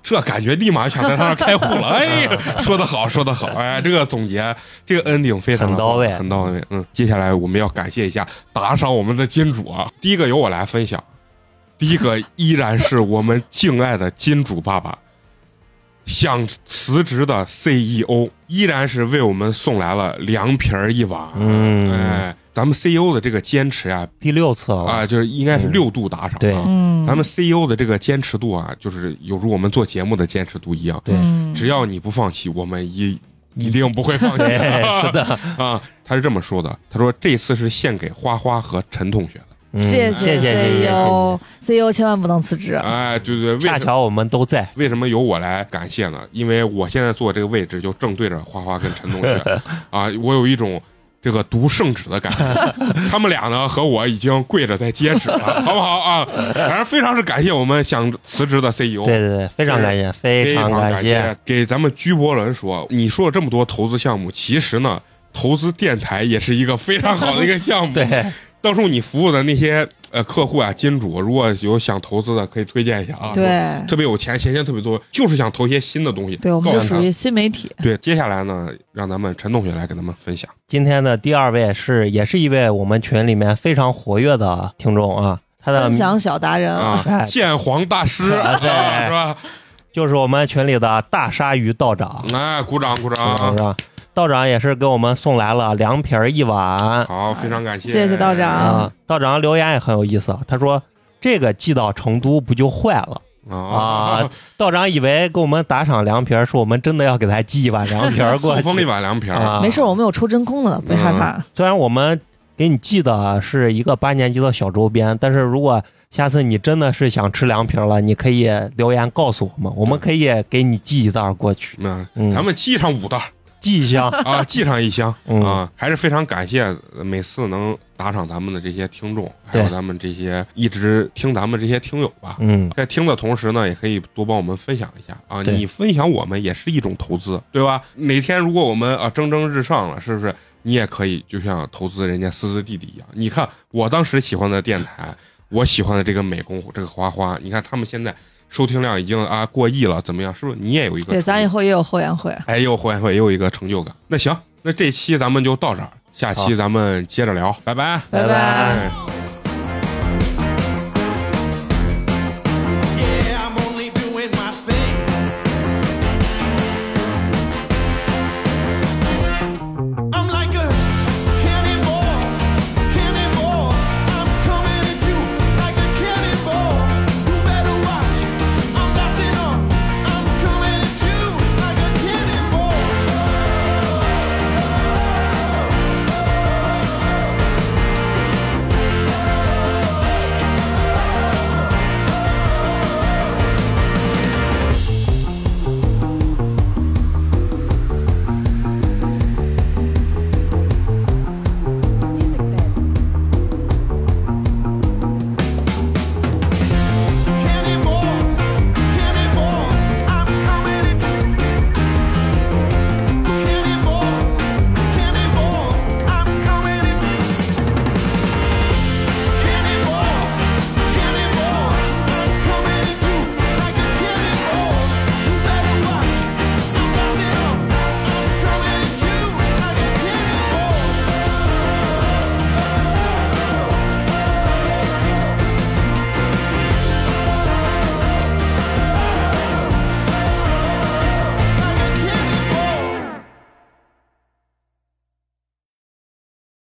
A: 这感觉立马想在他那儿开户了。哎 呀，说的好，说的好，哎，这个总结，这个 ending 非常的
D: 很到
A: 好
D: 位
A: 很到位。嗯，接下来我们要感谢一下啊打赏我们的金主啊，第一个由我来分享，第一个依然是我们敬爱的金主爸爸。想辞职的 CEO 依然是为我们送来了凉皮儿一碗，
D: 嗯
A: 哎，咱们 CEO 的这个坚持呀、
D: 第六次了
A: 啊，就是应该是六度打赏、啊
D: 对
C: 嗯，
A: 咱们 CEO 的这个坚持度啊，就是有如我们做节目的坚持度一样，
D: 对
C: 嗯
A: 只要你不放弃，我们一一定不会放弃。
D: 对，哎是的，
A: 啊，他是这么说的，他说这次是献给花花和陈同学的。
D: 嗯
C: 谢 E
D: 谢谢谢谢，
C: CEO，CEO 千万不能辞职。
A: 哎，对对，为
D: 恰
A: 什么
D: 巧我们都在，
A: 为什么由我来感谢呢？因为我现在坐这个位置就正对着花花跟陈同学 啊，我有一种。这个读圣旨的感 觉，他们俩呢和我已经跪着在接旨了，好不好啊？反正非常是感谢我们想辞职的 E CEO，
D: 对对对，非常感谢，非
A: 哦非常
D: 感
A: 感谢。给咱们居伯伦说，你说了这么多投资项目，其实呢，投资电台也是一个非常好的一个项目。
D: 对，
A: 到时候你服务的那些呃客户啊、金主，如果有想投资的，可以推荐一下啊。，
C: 对
A: 特别有钱，闲钱特别多，就是想投一些新的东西。
C: 对，我们
A: 告
C: 就
A: 诉他
C: 属于新媒体。
A: 对。接下来呢，让咱们陈同学来跟咱们分享。
D: 今天的第二位是也是一位我们群里面非常活跃的听众啊，他的
C: 分享小达人，
A: 啊
D: 哎，
A: 鉴黄大 师啊
D: 对
A: 是吧？
D: 就是我们群里的大鲨鱼道长，
A: 哎，鼓掌鼓
D: 是
A: 掌！
D: 吧？道长也是给我们送来了凉皮儿一碗
A: 好，非常感谢，
C: 谢谢道长
D: 啊。道长留言也很有意思，啊他说这个寄到成都不就坏了？
A: 啊
D: 啊！道长以为给我们打赏凉皮儿，是我们真的要给他寄一碗凉皮儿过
A: 送
D: 去
A: 风一碗凉皮儿
D: 啊。
C: 没事，我们有抽真空的，别害怕。
D: 虽然我们给你寄的是一个八年级的小周边，但是如果下次你真的是想吃凉皮儿了，你可以留言告诉我们，我们可以给你寄一袋儿过去，
A: 嗯，
D: 嗯
A: 咱们寄上五袋儿
D: 寄一箱。
A: 啊，寄上一箱
D: 嗯
A: 啊，还是非常感谢每次能打赏咱们的这些听众，还有
D: 对
A: 咱们这些一直听咱们这些听友吧。
D: 嗯，
A: 在听的同时呢，也可以多帮我们分享一下啊！
D: 对
A: 你分享我们也是一种投资，对吧？哪天如果我们啊蒸蒸日上了，是不是你也可以就像投资人家思思弟弟一样？你看我当时喜欢的电台，我喜欢的这个美工，这个花花，你看他们现在收听量已经啊过亿了，怎么样？是不是你也有一个
C: 对，咱
A: 成
C: 以后也有后援会。
A: 哎，又会会又一个成就感。那行，那这期咱们就到这儿，下期
D: 好
A: 咱们接着聊，拜拜。
C: 拜
D: 拜
C: 拜
A: 哎